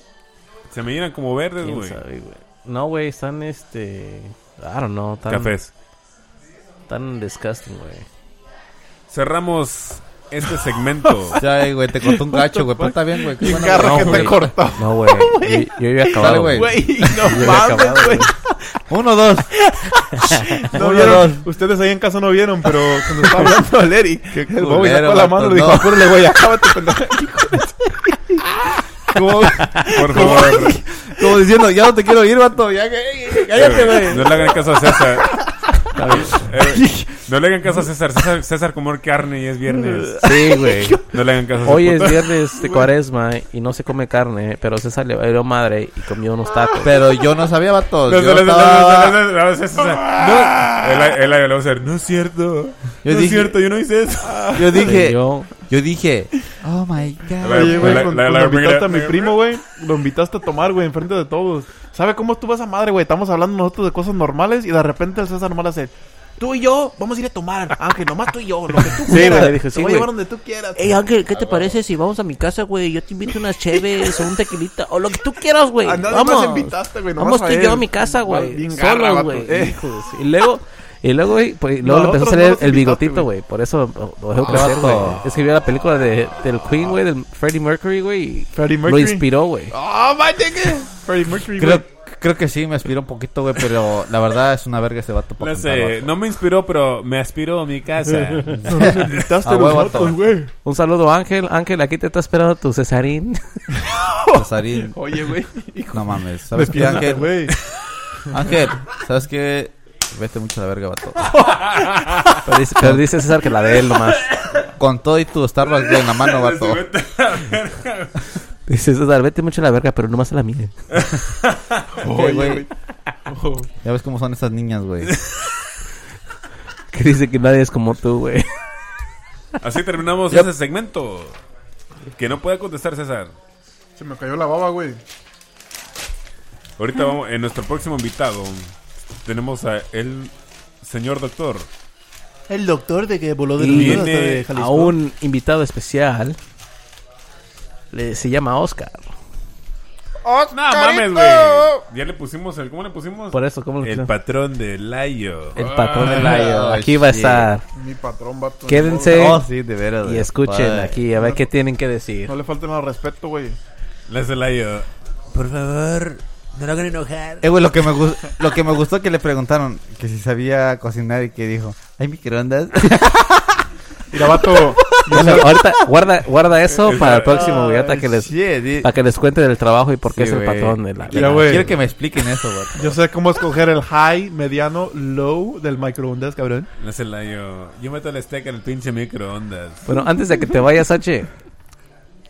Speaker 1: Se me llenan como verdes,
Speaker 3: ¿Quién
Speaker 1: güey.
Speaker 3: sabe, güey? No, güey, están, este, I don't know, tan,
Speaker 1: Cafés.
Speaker 3: tan disgusting, güey.
Speaker 1: Cerramos este segmento.
Speaker 2: Ya, eh, güey, te cortó un gacho, güey. Pero está bien, güey. qué
Speaker 4: Y
Speaker 2: bueno,
Speaker 4: carro
Speaker 2: güey.
Speaker 4: que
Speaker 2: No,
Speaker 4: te
Speaker 2: güey.
Speaker 4: cortó.
Speaker 3: No, güey, yo, yo había
Speaker 2: Dale,
Speaker 3: acabado,
Speaker 2: güey.
Speaker 4: Güey, no
Speaker 3: había
Speaker 4: mames,
Speaker 3: acabado,
Speaker 4: güey.
Speaker 2: Uno, dos.
Speaker 4: No
Speaker 2: Uno,
Speaker 4: vieron. Ustedes ahí en casa no vieron, pero cuando estaba hablando el Eric, que el Bobby
Speaker 2: culero,
Speaker 4: sacó la mano
Speaker 2: vato,
Speaker 4: y le dijo,
Speaker 2: no.
Speaker 4: apúrale, güey, acábate, pendejo.
Speaker 2: Como,
Speaker 1: Por favor.
Speaker 2: como diciendo, ya no te quiero ir, vato. Ya, que- cállate, güey.
Speaker 1: Eh, No le hagan caso a César. Eh, no le hagan caso a César. César, César comió carne y es viernes.
Speaker 3: Sí, güey.
Speaker 1: No le hagan caso a ese
Speaker 3: Hoy
Speaker 1: puto.
Speaker 3: es viernes de cuaresma y no se come carne, pero César le valió madre y comió unos
Speaker 7: Ah.
Speaker 3: tacos.
Speaker 2: Pero yo no sabía, vato.
Speaker 1: No,
Speaker 2: Yo
Speaker 1: no, no, no,
Speaker 2: estaba...
Speaker 1: no, no, no, no, César. No. Él- él le va a hacer, No es cierto. No es
Speaker 2: dije-
Speaker 1: cierto, yo no hice eso.
Speaker 2: Yo
Speaker 3: Y
Speaker 2: dije,
Speaker 3: yo,
Speaker 2: yo dije, oh my god.
Speaker 1: La-
Speaker 4: Oye, güey,
Speaker 1: la-
Speaker 4: con-
Speaker 1: la-
Speaker 4: cuando
Speaker 1: la-
Speaker 4: invitaste a
Speaker 1: la-
Speaker 4: mi primo, güey, lo invitaste a tomar, güey, enfrente de todos. ¿Sabe cómo estuvo esa madre, güey? Estamos hablando nosotros de cosas normales y de repente el César normal hace...
Speaker 7: Tú y yo vamos a ir a tomar.
Speaker 4: ah,
Speaker 7: Ángel, nomás tú y yo. Lo que tú
Speaker 3: sí,
Speaker 7: quieras.
Speaker 3: güey, le dije,
Speaker 4: Te
Speaker 3: sí,
Speaker 4: voy a
Speaker 3: güey.
Speaker 4: llevar donde tú quieras.
Speaker 7: Ey, Ángel, ¿qué te
Speaker 4: Ah,
Speaker 7: parece si vamos a mi casa, güey? Yo te invito unas cheves o un tequilita o lo que tú quieras, güey.
Speaker 4: A nada más
Speaker 7: Vamos.
Speaker 4: invitaste, güey. nomás
Speaker 7: Vamos tú y
Speaker 4: él.
Speaker 7: yo a mi casa, güey.
Speaker 4: Bien garra,
Speaker 3: Solo,
Speaker 4: vato.
Speaker 3: güey.
Speaker 4: Eh,
Speaker 3: hijo de su- Y luego, y luego, güey, pues, luego le empezó a
Speaker 4: Nosotros
Speaker 3: salir
Speaker 4: no
Speaker 3: el,
Speaker 4: los
Speaker 3: el
Speaker 4: invitaste,
Speaker 3: bigotito,
Speaker 4: güey. Ah,
Speaker 3: güey. Por eso lo dejó crecer, güey. Es que vio la película de, del Queen, güey, del Freddie Mercury, güey. y
Speaker 4: Freddie
Speaker 3: Lo
Speaker 4: Mercury.
Speaker 3: inspiró, güey.
Speaker 4: ¡Ah, my nigga! Freddie Mercury,
Speaker 2: Creo,
Speaker 4: güey.
Speaker 2: creo que sí, me aspiró un poquito, güey, pero la verdad es una verga ese vato para
Speaker 1: No
Speaker 2: cantar,
Speaker 1: sé,
Speaker 2: vato.
Speaker 1: no me inspiró, pero me aspiró mi casa.
Speaker 4: Nos invitaste
Speaker 2: Ah,
Speaker 4: a
Speaker 2: güey,
Speaker 4: nosotros,
Speaker 2: vato.
Speaker 4: güey.
Speaker 3: Un saludo, Ángel. Ángel, aquí te está esperando tu Cesarín.
Speaker 2: Cesarín,
Speaker 4: Oye, güey.
Speaker 2: no mames. ¿Sabes qué,
Speaker 4: Despiértate,
Speaker 2: Ángel?
Speaker 4: güey.
Speaker 2: Ángel, ¿sabes qué? Vete mucho a la verga, vato.
Speaker 3: Pero dice, pero dice César que la de él nomás.
Speaker 2: Con todo y tu Starbucks güey, en la mano, vato.
Speaker 3: Dice César, vete mucho a la verga, pero nomás a la mía.
Speaker 2: Oye,
Speaker 4: güey.
Speaker 2: güey. Ya ves cómo son esas niñas, güey.
Speaker 3: Que dice que nadie es como tú, güey.
Speaker 1: Así terminamos ese segmento. Que no puede contestar César.
Speaker 4: Se me cayó la baba, güey.
Speaker 1: Ahorita vamos, en nuestro próximo invitado tenemos a el señor doctor.
Speaker 5: El doctor de que voló del
Speaker 3: del mundo
Speaker 5: mundo
Speaker 1: hasta de
Speaker 5: Jalisco.
Speaker 3: a un invitado especial. Le, se llama Oscar.
Speaker 1: No mames, güey. Ya le pusimos el. ¿Cómo le pusimos?
Speaker 3: Por eso, ¿cómo lo
Speaker 1: El
Speaker 3: quiero?
Speaker 1: patrón de Layo.
Speaker 3: El patrón del año.
Speaker 2: Oh,
Speaker 3: Aquí va a
Speaker 2: shit.
Speaker 3: estar.
Speaker 4: Mi patrón, vato.
Speaker 3: Quédense
Speaker 2: Oh, sí, de veras.
Speaker 3: y
Speaker 2: güey.
Speaker 3: escuchen
Speaker 2: Padre.
Speaker 3: aquí a ver qué tienen que decir.
Speaker 4: No le falten al respeto, güey.
Speaker 1: Las de Layo.
Speaker 7: Por favor, no lo hagan enojar.
Speaker 2: Eh, güey, lo que, me gus- lo que me gustó que le preguntaron que si sabía cocinar y que dijo, ¿hay microondas?
Speaker 4: Mira, vato.
Speaker 3: Bueno, ahorita guarda, guarda eso
Speaker 1: El-
Speaker 3: para el próximo, güey. Hasta
Speaker 2: Ay,
Speaker 3: que les,
Speaker 2: shit, di-
Speaker 3: para que les cuente del trabajo y por qué
Speaker 2: Sí,
Speaker 3: es el
Speaker 2: güey.
Speaker 3: patrón del año.
Speaker 4: Ya, güey.
Speaker 2: Quiero que me expliquen eso, güey.
Speaker 4: Yo sé cómo escoger el high, mediano, low del microondas, cabrón.
Speaker 1: Las de Layo. Yo meto el steak en el pinche microondas.
Speaker 3: Bueno, antes de que te vayas, H.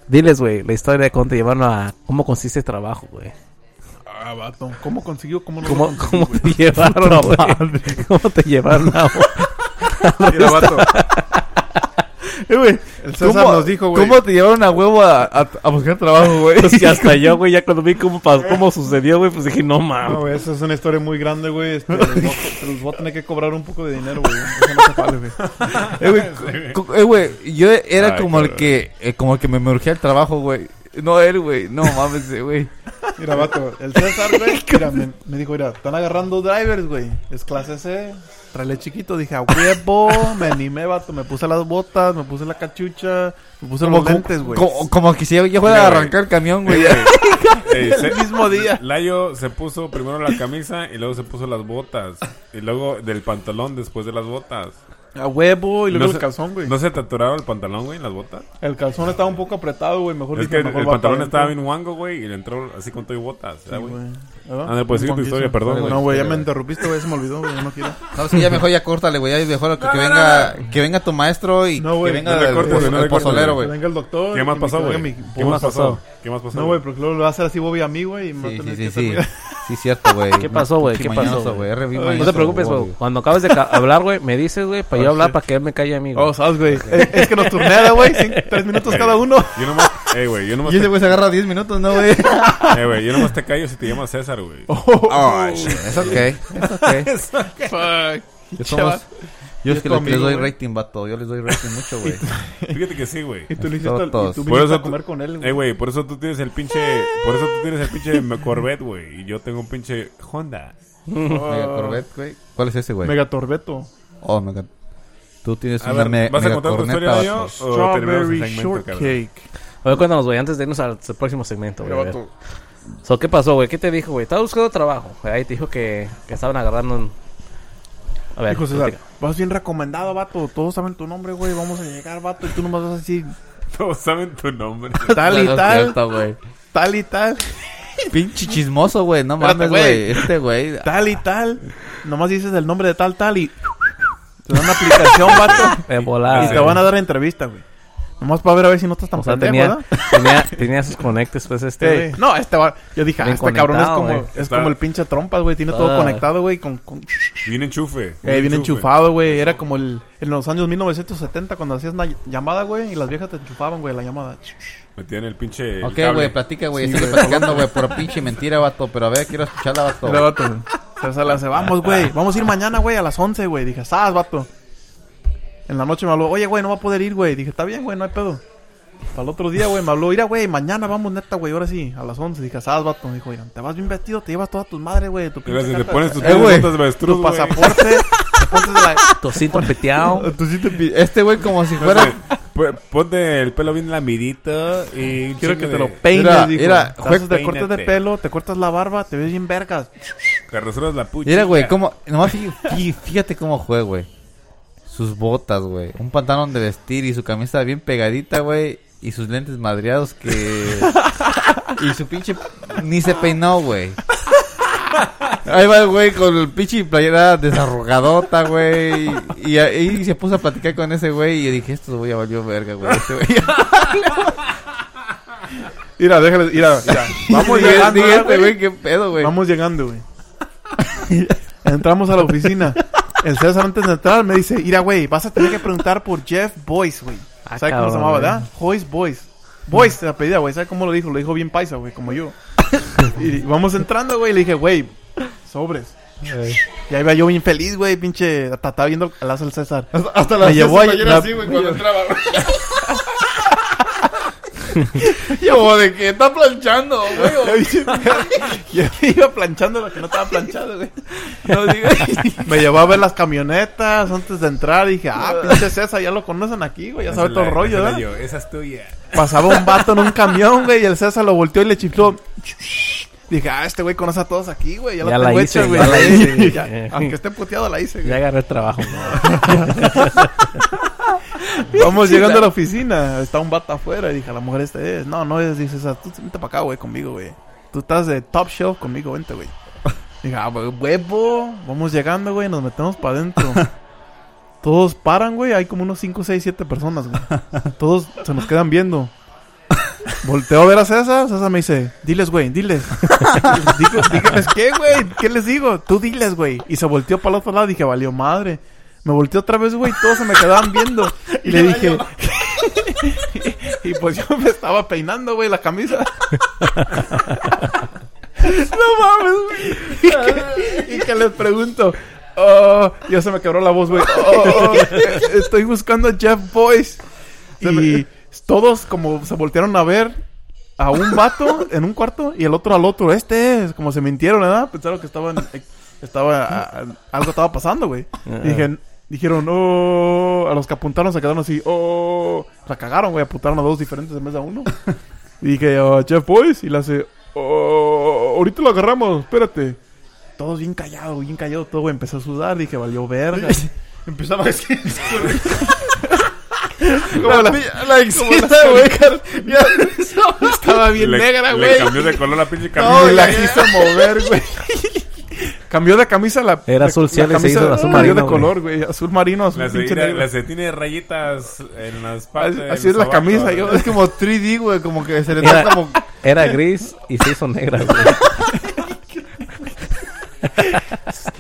Speaker 3: Diles, güey, la historia de cómo te llevaron a... ¿Cómo consiste el trabajo, güey?
Speaker 4: Ah, vato. ¿Cómo consiguió? ¿Cómo no?
Speaker 3: ¿Cómo, cómo te llevaron, güey? ¿Cómo te llevaron a...
Speaker 4: Mira, vato. Eh, güey. El César
Speaker 2: ¿Cómo-
Speaker 4: nos dijo, güey.
Speaker 2: ¿Cómo te llevaron a huevo a, a- a buscar trabajo, güey?
Speaker 3: Pues ya hasta yo, güey, ya cuando vi cómo, pas- cómo sucedió, güey, pues dije, no
Speaker 4: No,
Speaker 3: mames.
Speaker 4: Ah, güey, esa es una historia muy grande, güey. Este, les voy a- les voy a tener que cobrar un poco de dinero, güey. Eso no se vale, güey.
Speaker 2: Eh, güey, cu- eh, güey, yo era
Speaker 1: Ay,
Speaker 2: como el
Speaker 1: cabrón.
Speaker 2: que eh, como el que me urgía el trabajo, güey. No, él, güey. No mames, eh, güey.
Speaker 4: Mira, vato, el César, güey, mira, me, me dijo, mira, están agarrando drivers, güey. Es clase C, trale chiquito. Dije, a huevo, me animé, vato. Me puse las botas, me puse la cachucha, me puse los lentes, güey.
Speaker 2: Como, como que si yo, yo fuera a
Speaker 1: Mira, güey.
Speaker 2: arrancar el camión, güey.
Speaker 1: Eh, se-
Speaker 4: El mismo día.
Speaker 1: Layo se puso primero la camisa y luego se puso las botas. Y luego del pantalón después de las botas.
Speaker 4: A huevo y luego
Speaker 1: No
Speaker 4: el
Speaker 1: se-
Speaker 4: calzón, güey.
Speaker 1: ¿No se tatuaron el pantalón, güey, en las botas?
Speaker 4: El calzón estaba un poco apretado, güey. Mejor
Speaker 1: Es
Speaker 4: dije,
Speaker 1: que el
Speaker 4: mejor va
Speaker 1: pantalón
Speaker 4: para
Speaker 1: estaba
Speaker 4: adentro.
Speaker 1: bien guango, güey, y le entró así con todo y botas. ¿verdad, güey?
Speaker 4: Sí, güey. ¿Ah?
Speaker 1: Ándale, pues, sigue tu historia, perdón,
Speaker 4: Vale,
Speaker 1: güey.
Speaker 4: No, güey, ya me
Speaker 2: Güey.
Speaker 4: interrumpiste, güey. Se me olvidó, güey. Ya no quiero.
Speaker 2: No, es que ya mejor ya córtale, güey. Ya mejor que, que venga, que venga tu maestro y
Speaker 4: No, güey,
Speaker 2: que venga
Speaker 1: no le
Speaker 2: el,
Speaker 1: cortes,
Speaker 2: poz-
Speaker 1: güey, no le
Speaker 2: el
Speaker 1: cortes,
Speaker 2: pozolero,
Speaker 1: güey.
Speaker 2: güey.
Speaker 4: Que venga el doctor.
Speaker 1: ¿Qué
Speaker 4: y
Speaker 1: más
Speaker 4: que
Speaker 1: pasó,
Speaker 4: me
Speaker 1: güey?
Speaker 4: haga mi-
Speaker 1: ¿Qué más pasó? ¿Qué más pasó?
Speaker 4: No, güey, porque luego lo va a hacer así Bobby a mí, güey. y me va a
Speaker 2: Sí, sí,
Speaker 4: tener
Speaker 2: sí,
Speaker 4: que
Speaker 2: sí.
Speaker 4: terminar.
Speaker 2: Sí, cierto, güey.
Speaker 3: ¿Qué pasó, güey?
Speaker 2: Pinche
Speaker 3: ¿Qué pasó,
Speaker 2: mañoso,
Speaker 3: güey?
Speaker 2: güey. Re bien
Speaker 3: No
Speaker 2: mañoso,
Speaker 3: te preocupes, güey. Cuando acabes de ca- hablar, güey, me dices, güey, para yo hablar, para que él me calle a mí, güey.
Speaker 4: Ah, Oh, sabes, güey. Es, es que nos turnea, güey. cin- Tres minutos cada uno.
Speaker 1: Yo nomás, eh, güey, yo nomás,
Speaker 2: Y ese güey se agarra 10 minutos, ¿no, güey?
Speaker 1: te, eh, güey, yo nomás te callo si te llamas César, güey.
Speaker 2: Oh, shit. Es ok. Es ok. Yo somos... Yo es
Speaker 4: es
Speaker 2: que
Speaker 4: tu
Speaker 2: lo que les
Speaker 4: amigo,
Speaker 2: doy
Speaker 4: güey.
Speaker 2: rating, vato. Yo les doy rating mucho, güey.
Speaker 1: Fíjate que sí, güey.
Speaker 4: Y tú le hiciste
Speaker 2: Todos,
Speaker 4: al- y
Speaker 2: todos.
Speaker 4: tú
Speaker 2: Por
Speaker 1: eso
Speaker 4: viniste a
Speaker 1: tú-
Speaker 4: comer con él,
Speaker 1: Eh, güey, por eso tú tienes el pinche, por eso tú tienes el pinche Corvette, güey, y yo tengo un pinche Honda.
Speaker 4: Oh.
Speaker 2: Mega Corvette, güey. ¿Cuál es ese, güey?
Speaker 4: Megatorbeto.
Speaker 2: Oh, mega... Tú tienes
Speaker 1: A
Speaker 2: una
Speaker 1: ver,
Speaker 2: me
Speaker 1: ¿vas a
Speaker 2: mega
Speaker 1: contar tu historia,
Speaker 2: corneta,
Speaker 1: Dayo?
Speaker 2: vato.
Speaker 1: O Oh, terminamos el
Speaker 4: Strawberry
Speaker 1: segmento, cabrón.
Speaker 4: Shortcake.
Speaker 3: A ver, cuéntanos, güey, antes de irnos al próximo segmento, güey. a ver. So, ¿Qué pasó, güey? ¿Qué te dijo, güey? Estaba buscando trabajo. Ahí te dijo que, que estaban agarrando un... A ver,
Speaker 4: Dijo César,
Speaker 3: platica.
Speaker 4: vas bien recomendado, vato. Todos saben tu nombre, güey. Vamos a llegar, vato. Y tú nomás vas así,
Speaker 1: Todos saben tu nombre.
Speaker 4: tal
Speaker 2: No
Speaker 4: y
Speaker 2: es
Speaker 4: tal,
Speaker 2: cierto, güey.
Speaker 4: tal y tal,
Speaker 2: Pinche chismoso, güey. No
Speaker 4: Espérate,
Speaker 2: mames, güey. Este, güey.
Speaker 4: tal y tal. Nomás dices el nombre de tal, tal y... Te dan una aplicación, vato.
Speaker 3: De
Speaker 4: Y
Speaker 3: volada.
Speaker 4: te
Speaker 3: güey.
Speaker 4: van a dar entrevista, güey. Nomás para ver a ver si no estás tan
Speaker 3: O sea,
Speaker 4: pendejo,
Speaker 3: tenía,
Speaker 4: ¿verdad?
Speaker 3: tenía, tenía sus conectes, pues, este,
Speaker 4: Ey,
Speaker 3: güey.
Speaker 4: no, este va... Yo dije, ah,
Speaker 3: Bien
Speaker 4: este cabrón es
Speaker 3: conectado,
Speaker 4: como,
Speaker 3: güey.
Speaker 4: es
Speaker 1: Está-
Speaker 4: como el pinche trompas, güey. Tiene todo
Speaker 3: Ah.
Speaker 4: conectado, güey. Con, con-
Speaker 1: Bien enchufe.
Speaker 4: Eh, bien enchufado, güey. Era como el, en los años 1970 cuando hacías una llamada, güey. Y las viejas te enchufaban, güey, la llamada.
Speaker 1: Metían el pinche el
Speaker 2: Ok,
Speaker 1: cable.
Speaker 2: güey, platica, güey. Sigue platicando, güey, por pinche mentira, vato. Pero a ver, quiero escucharla, vato.
Speaker 4: Era vato. César Lance, vamos, güey. Vamos a ir mañana, güey, a las 11, güey. Dije, sas, vato. En la noche me habló, oye, güey, no va a poder ir, güey. Dije, está bien, güey, no hay pedo. Para el otro día, güey, me habló, mira, güey, mañana vamos neta, güey, ahora sí, a las 11. Dije, sas, vato. Dijo, oigan, te vas bien vestido, te llevas todas tus madres, güey. Tu,
Speaker 1: Y
Speaker 4: pinche
Speaker 1: luego se te
Speaker 4: carta-
Speaker 1: pones tus
Speaker 2: Eh, güey.
Speaker 1: botas de avestruz,
Speaker 4: tu
Speaker 1: güey.
Speaker 4: pasaporte, te pones de la...
Speaker 3: Tocito peteado.
Speaker 2: Tú sí te pi- Este, güey, como si
Speaker 1: Entonces,
Speaker 2: fuera.
Speaker 1: pu- Ponte el pelo bien lamidito y... un
Speaker 4: Quiero
Speaker 1: chingo
Speaker 4: que te
Speaker 1: de-
Speaker 4: lo peines,
Speaker 2: Mira,
Speaker 4: dijo.
Speaker 2: mira,
Speaker 4: Te haces de
Speaker 1: juez-
Speaker 4: cortes de
Speaker 1: peínate.
Speaker 4: pelo, te cortas la barba, te ves bien vergas.
Speaker 1: Te rasuras la pucha.
Speaker 2: Mira, güey, cómo. Nomás fí- fí- fíjate cómo juega, güey. Sus botas, güey. Un pantalón de vestir y su camisa bien pegadita, güey. Y sus lentes madreados que. y su pinche. Ni se peinó, güey. Ahí va el güey con el pinche playera desarrugadota, güey. Y, ahí se puso a platicar con ese güey. Y yo dije, esto voy a valer verga, güey. Este güey.
Speaker 4: Mira, déjale, mira, mira. Vamos
Speaker 2: Dije,
Speaker 4: llegando,
Speaker 2: dije,
Speaker 4: ¿verdad,
Speaker 2: este
Speaker 4: güey.
Speaker 2: güey, qué pedo, güey.
Speaker 4: Vamos llegando, güey. Entramos a la oficina. El César antes de entrar me dice, mira, güey, vas a tener que preguntar por Jeff Boyce, güey.
Speaker 3: Ah,
Speaker 4: ¿Sabes cómo
Speaker 3: cabrón,
Speaker 4: se llamaba,
Speaker 3: güey.
Speaker 4: verdad? Joyce Boyce. Boyce, la pedida, güey. ¿Sabes cómo lo dijo? Lo dijo bien paisa, güey, como yo. y vamos entrando, güey. Le dije, güey, sobres. Y ahí va yo bien feliz, güey, pinche. Hasta estaba viendo al el César.
Speaker 2: Hasta, hasta
Speaker 4: Me llevó
Speaker 2: pieza
Speaker 4: a-
Speaker 2: ayer
Speaker 4: la-
Speaker 2: güey, cuando entraba, güey. Yo, como de que está planchando, güey. o-
Speaker 4: Yo iba planchando lo que no estaba planchado, güey. No digo. Me llevó a ver las camionetas antes de entrar. Dije, ah, pinche César, ya lo conocen aquí, güey. Ya
Speaker 1: Esa
Speaker 4: sabe
Speaker 1: es
Speaker 4: todo
Speaker 1: la-
Speaker 4: el rollo,
Speaker 1: esa es
Speaker 4: ¿verdad?
Speaker 1: la yo, Esa es tuya.
Speaker 4: Pasaba un vato en un camión, güey, y el César lo volteó y le chifló. Dije, ah, este güey conoce a todos aquí, güey. Ya,
Speaker 3: Ya
Speaker 4: la
Speaker 3: la
Speaker 4: tengo
Speaker 3: hice,
Speaker 4: hecha, güey.
Speaker 3: ya la hice.
Speaker 4: Ya, Aunque esté puteado, la hice,
Speaker 3: Ya
Speaker 4: güey.
Speaker 3: agarré el trabajo, güey.
Speaker 4: Vamos llegando a la oficina. Está un vato afuera. Y dije, a la mujer este es. No, no es. Dice, César, tú vente para acá, güey, conmigo, güey. Tú estás de top shelf conmigo, vente, güey. Dije, ah, güey, huevo. Vamos llegando, güey. Nos metemos para adentro. Todos paran, güey. Hay como unos 5, 6, 7 personas, güey. Todos se nos quedan viendo. Volteo a ver a César. César me dice, diles, güey, diles. Digo, díganles, ¿qué, güey? ¿Qué les digo? Tú diles, güey. Y se volteó para el otro lado. Dije, valió madre. Me volteó otra vez, güey. Todos se me quedaban viendo. Y le dije... y pues yo me estaba peinando, güey, la camisa. no mames, güey. Y que, y que les pregunto... Oh, ya se me quebró la voz, güey. Oh, oh, estoy buscando a Jeff Boyce. Y todos como se voltearon a ver a un vato en un cuarto y el otro al otro. Este es, como se mintieron, ¿verdad? Pensaron que estaban, eh, estaba, a- a- algo estaba pasando, güey. Y dije- dijeron, oh, a los que apuntaron se quedaron así, oh, la cagaron, güey, apuntaron a dos diferentes en vez de a uno. Y dije, oh, Chef Boys, y le hace, oh, ahorita lo agarramos, espérate. Todos bien callados, bien callados, todo, güey, empezó a sudar, dije, valió verga.
Speaker 2: Empezaba a decir.
Speaker 4: Como la-
Speaker 2: La exista, güey. Ya
Speaker 4: Estaba bien
Speaker 1: le,
Speaker 4: negra,
Speaker 1: le
Speaker 4: güey.
Speaker 1: cambió de color la pinche camisa.
Speaker 4: No, la quiso mover, güey. Cambió de camisa la.
Speaker 3: Era
Speaker 4: la-
Speaker 3: azul
Speaker 4: la
Speaker 3: cielo y se
Speaker 4: camisa
Speaker 3: hizo de azul
Speaker 4: cambió
Speaker 3: marino,
Speaker 4: de color, güey. Azul marino, azul
Speaker 1: La
Speaker 4: pinche
Speaker 1: cetina-
Speaker 4: negro.
Speaker 1: la cetina de rayitas en las partes.
Speaker 4: Así,
Speaker 1: en
Speaker 4: así es
Speaker 1: los
Speaker 4: la
Speaker 1: sobacos.
Speaker 4: camisa. Yo,
Speaker 2: Es como 3D, güey. Como que se le da
Speaker 3: Era,
Speaker 2: como.
Speaker 3: era gris y se hizo negra, güey.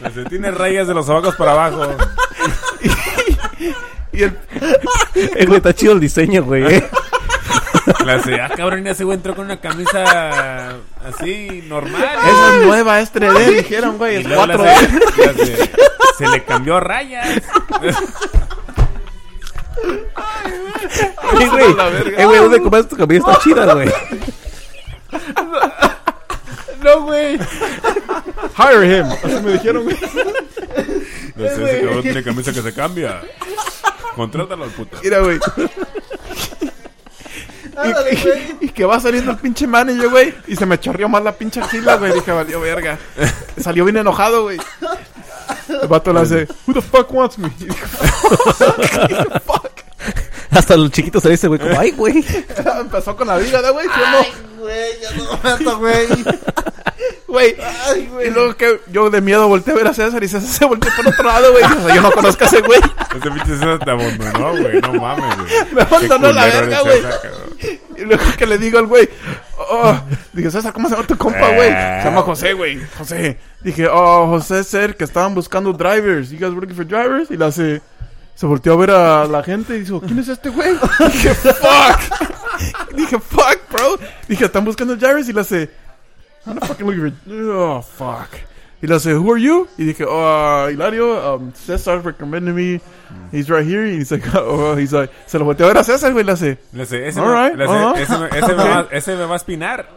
Speaker 1: La cetina de rayas de los sobacos para abajo.
Speaker 4: y el,
Speaker 3: Eh, güey, está chido el diseño, güey. eh.
Speaker 1: La ce- ah, cabrón, ese güey entró con una camisa así, normal.
Speaker 4: esa es nueva, es 3D, dijeron, güey.
Speaker 1: Y
Speaker 4: Es
Speaker 1: luego la
Speaker 4: 4
Speaker 1: ce- la ce- se le cambió a rayas.
Speaker 3: Sí, güey. Eh, güey, ¿dónde compraste tu camisa? Está chida, güey.
Speaker 2: No, güey.
Speaker 4: Hire him. Así me dijeron, güey.
Speaker 1: No sé, ese cabrón tiene camisa que se cambia. Contrátalo al puto.
Speaker 4: Mira, güey.
Speaker 2: Ah,
Speaker 4: Y, y que va saliendo el pinche manager, güey. Y se me chorreó más la pinche axila, güey. Dije, valió verga. Salió bien enojado, güey. El vato le hace, Who the fuck wants me? Y dijo,
Speaker 3: Hasta los chiquitos se dice, güey, como, ay, güey.
Speaker 4: "Ah, Empezó con la vida, ¿no, güey. ¿Sí o no?
Speaker 2: Ay, güey. Ya no mato, güey.
Speaker 4: Güey.
Speaker 2: Ay,
Speaker 4: Y
Speaker 2: güey.
Speaker 4: luego que yo de miedo volteé a ver a César y César se volteó por otro lado, güey. O sea, yo no conozco a ese güey.
Speaker 1: Ese Este pinche César te abandonó, güey. No mames, güey.
Speaker 4: Me abandonó
Speaker 1: Qué
Speaker 4: la
Speaker 1: culero
Speaker 4: verga,
Speaker 1: eres,
Speaker 4: güey.
Speaker 1: César, cabrón.
Speaker 4: Y luego que le digo al güey, oh, dije, César, ¿cómo se llama tu compa, güey? Se llama José, güey. José. Dije, oh, José Ser, que estaban buscando drivers. You guys working for drivers? Y la hace. Se volteó a ver a la gente y dijo, ¿quién es este güey? dije, fuck. dije, fuck, bro. Dije, están buscando drivers y la hace. I'm not fucking looking for. Oh, fuck. Y le hace, who are you? Y dije, oh, Hilario, um, César recommended me. He's right here. Y he's like, oh, he's like, se lo volteó a ver a César, güey, y le hace.
Speaker 1: Le hace, ese,
Speaker 4: All
Speaker 1: me-
Speaker 4: right, uh-huh.
Speaker 1: le hace,
Speaker 4: ajá.
Speaker 1: ese, me- ese me va, ese me va a espinar.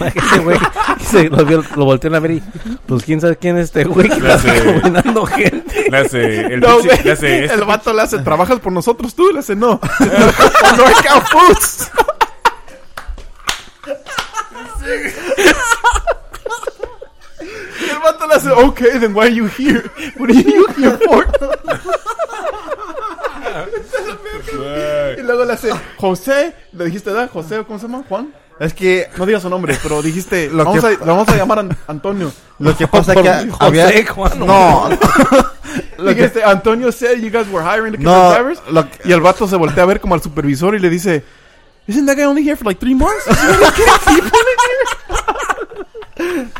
Speaker 3: Ese güey se lo, vio, lo volteó a ver y, pues, quién sabe quién es este güey que
Speaker 1: La
Speaker 3: está
Speaker 1: sé.
Speaker 3: combinando gente.
Speaker 1: Le hace, el
Speaker 4: No,
Speaker 1: pinche-
Speaker 4: güey.
Speaker 1: le hace, este
Speaker 4: el vato le hace, ¿trabajas por nosotros tú? Le hace, no. no hay Foods. Y el vato le hace, ok, then why are you here? What are you here for? Y
Speaker 1: güey.
Speaker 4: luego le hace, José, le dijiste, ¿verdad? José, ¿cómo se llama? Juan.
Speaker 2: Es que.
Speaker 4: No digas su nombre, pero dijiste,
Speaker 2: Lo
Speaker 4: vamos
Speaker 2: que-
Speaker 4: a, lo vamos a llamar An- Antonio.
Speaker 2: Lo que pasa es
Speaker 4: Por-
Speaker 2: que
Speaker 4: José,
Speaker 2: había.
Speaker 3: Juan,
Speaker 2: No. Lo que-
Speaker 4: Dijiste, este, Antonio said you guys were hiring the
Speaker 2: No.
Speaker 4: drivers.
Speaker 2: Lo que-
Speaker 4: Y el vato se voltea a ver como al supervisor y le dice, ¿Isn't that guy only here for like three months?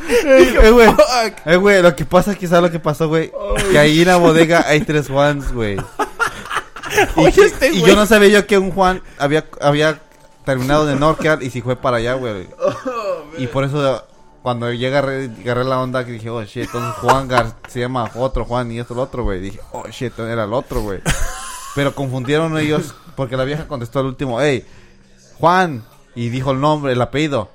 Speaker 2: Eh, güey. Eh, güey, lo que pasa es que ¿sabes lo que pasó, güey? que ahí en la bodega hay tres Juans, güey. y,
Speaker 4: Oye,
Speaker 2: que-
Speaker 4: este
Speaker 2: y
Speaker 4: güey.
Speaker 2: yo no sabía yo que un Juan había, había terminado de NorCal y si fue para allá, güey. y por eso cuando yo agarré, agarré la onda que dije, oh shit, entonces Juan Gar se llama otro Juan y esto el otro, güey. Dije, oh shit, era el otro, güey. Pero confundieron ellos porque la vieja contestó al último, hey, Juan. Y dijo el nombre, el apellido.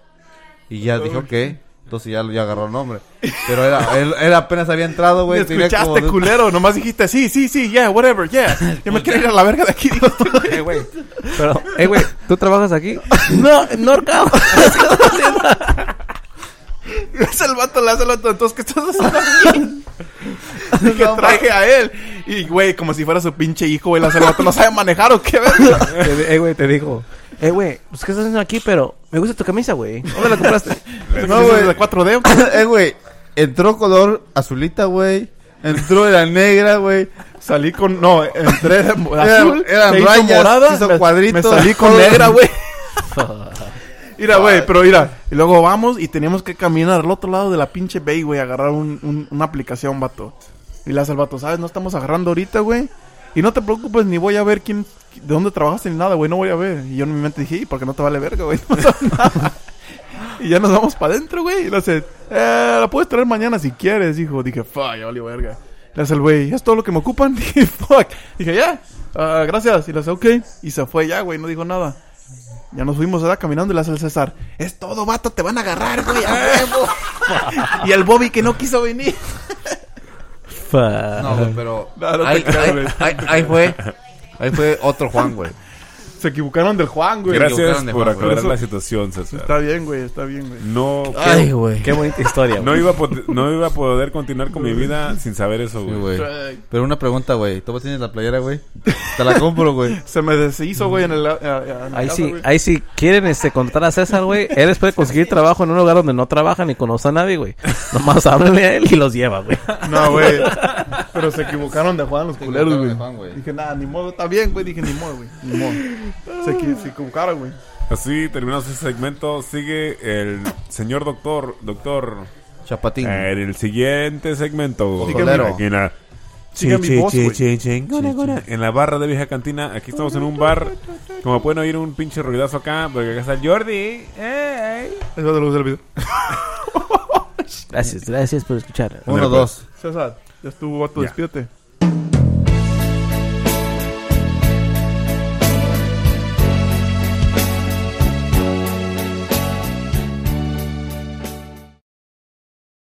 Speaker 2: Y ya dijo, ok. Entonces ya, ya agarró el nombre. Pero era, él, él apenas había entrado, güey.
Speaker 4: Me
Speaker 2: tenía como
Speaker 4: escuchaste,
Speaker 2: dos-
Speaker 4: culero. Nomás dijiste, sí, sí, sí, yeah, whatever, yeah. Yo me quiero ir a la verga de aquí. dijo este güey.
Speaker 3: Eh, güey. Pero, eh, güey, ¿tú trabajas aquí?
Speaker 7: No, Norca.
Speaker 4: es el vato, le hace el vato. Entonces, ¿qué estás haciendo aquí? Dije, traje a él. Y, güey, como si fuera su pinche hijo, güey. Le hace el vato, no sabe manejar o qué verga.
Speaker 3: Te- Eh, güey, te dijo.
Speaker 7: Eh, güey, pues qué estás haciendo aquí, pero me gusta tu camisa, güey. ¿Dónde la compraste?
Speaker 4: No, güey. de 4D. o qué?
Speaker 2: eh, güey. Entró color azulita, güey. Entró era negra, güey.
Speaker 4: Salí con, no, entré de mo-
Speaker 2: Era-
Speaker 4: azul.
Speaker 2: eran
Speaker 4: se hizo
Speaker 2: rayas,
Speaker 4: morada,
Speaker 2: se hizo
Speaker 4: me-
Speaker 2: cuadritos.
Speaker 4: Me salí con
Speaker 2: Todo.
Speaker 4: negra, güey. Mira, güey, pero mira, y luego vamos y teníamos que caminar al otro lado de la pinche bay, güey, agarrar un, un- una aplicación, vato. Y las al vato, ¿sabes? No estamos agarrando ahorita, güey. Y no te preocupes, ni voy a ver quién, de dónde trabajaste ni nada, güey, no voy a ver. Y yo en mi mente dije, "Y, ¿por qué no te vale verga, güey? No pasa nada". y ya nos vamos para adentro, güey. Y le hace, eh, la puedes traer mañana si quieres, dijo. Dije, fuck, ya valió verga. Le hace el güey, ¿es todo lo que me ocupan? Dije, fuck. Dije, ya, ah, gracias. Y le hace, ok. Y se fue ya, güey, no dijo nada. Ya nos fuimos, ¿verdad? Caminando y le hace el César. Es todo, vato, te van a agarrar, güey, a huevo". y el Bobby que no quiso venir.
Speaker 3: Fuck.
Speaker 2: No, güey, pero.
Speaker 4: No, no te
Speaker 2: ahí,
Speaker 4: creo,
Speaker 2: ahí-
Speaker 4: güey.
Speaker 2: ahí- ahí fue. Ahí fue otro Juan, güey.
Speaker 4: Se equivocaron del Juan, güey.
Speaker 1: Gracias
Speaker 2: equivocaron de
Speaker 1: por
Speaker 2: Juan, güey.
Speaker 1: aclarar
Speaker 4: Eso-
Speaker 1: la situación, César.
Speaker 4: Está bien, güey, está bien, güey.
Speaker 1: No,
Speaker 7: Ay, güey.
Speaker 3: Qué bonita historia,
Speaker 1: no,
Speaker 3: güey.
Speaker 1: iba a pod- no iba a poder continuar con mi vida sin saber eso,
Speaker 2: Sí,
Speaker 1: güey.
Speaker 2: güey. Pero una pregunta, güey. ¿Tú tienes la playera, güey? Te la compro, güey.
Speaker 4: Se me deshizo, güey, en el. en la
Speaker 3: Ahí
Speaker 4: casa,
Speaker 3: sí,
Speaker 4: güey.
Speaker 3: ahí sí quieren este contratar a César, güey. Él les puede conseguir trabajo en un lugar donde no trabaja ni conoce a nadie, güey. Nomás háblenle a él y los lleva, güey.
Speaker 4: No, güey. Pero se equivocaron de Juan los culeros,
Speaker 2: equivocaron de
Speaker 4: güey.
Speaker 2: Juan, güey.
Speaker 4: Dije, nada, ni modo, está bien, güey. Dije, ni modo, güey. Ni modo. Se, equi- se equivocaron, güey.
Speaker 1: Así terminamos ese segmento. Sigue el señor doctor, doctor.
Speaker 2: Chapatín.
Speaker 1: En el siguiente segmento.
Speaker 2: Frijolero.
Speaker 1: Aquí en la-
Speaker 4: Sigue mi voz, güey.
Speaker 1: Gona, gona. En la barra de vieja cantina, aquí estamos en un bar. Como pueden oír un pinche ruidazo acá, porque acá está el Jordi. ¡Ey!
Speaker 4: Eso te lo puse el video.
Speaker 3: Gracias, gracias por escuchar.
Speaker 2: Uno, dos.
Speaker 4: César, ya estuvo, vato,
Speaker 1: Ya.
Speaker 4: despídete.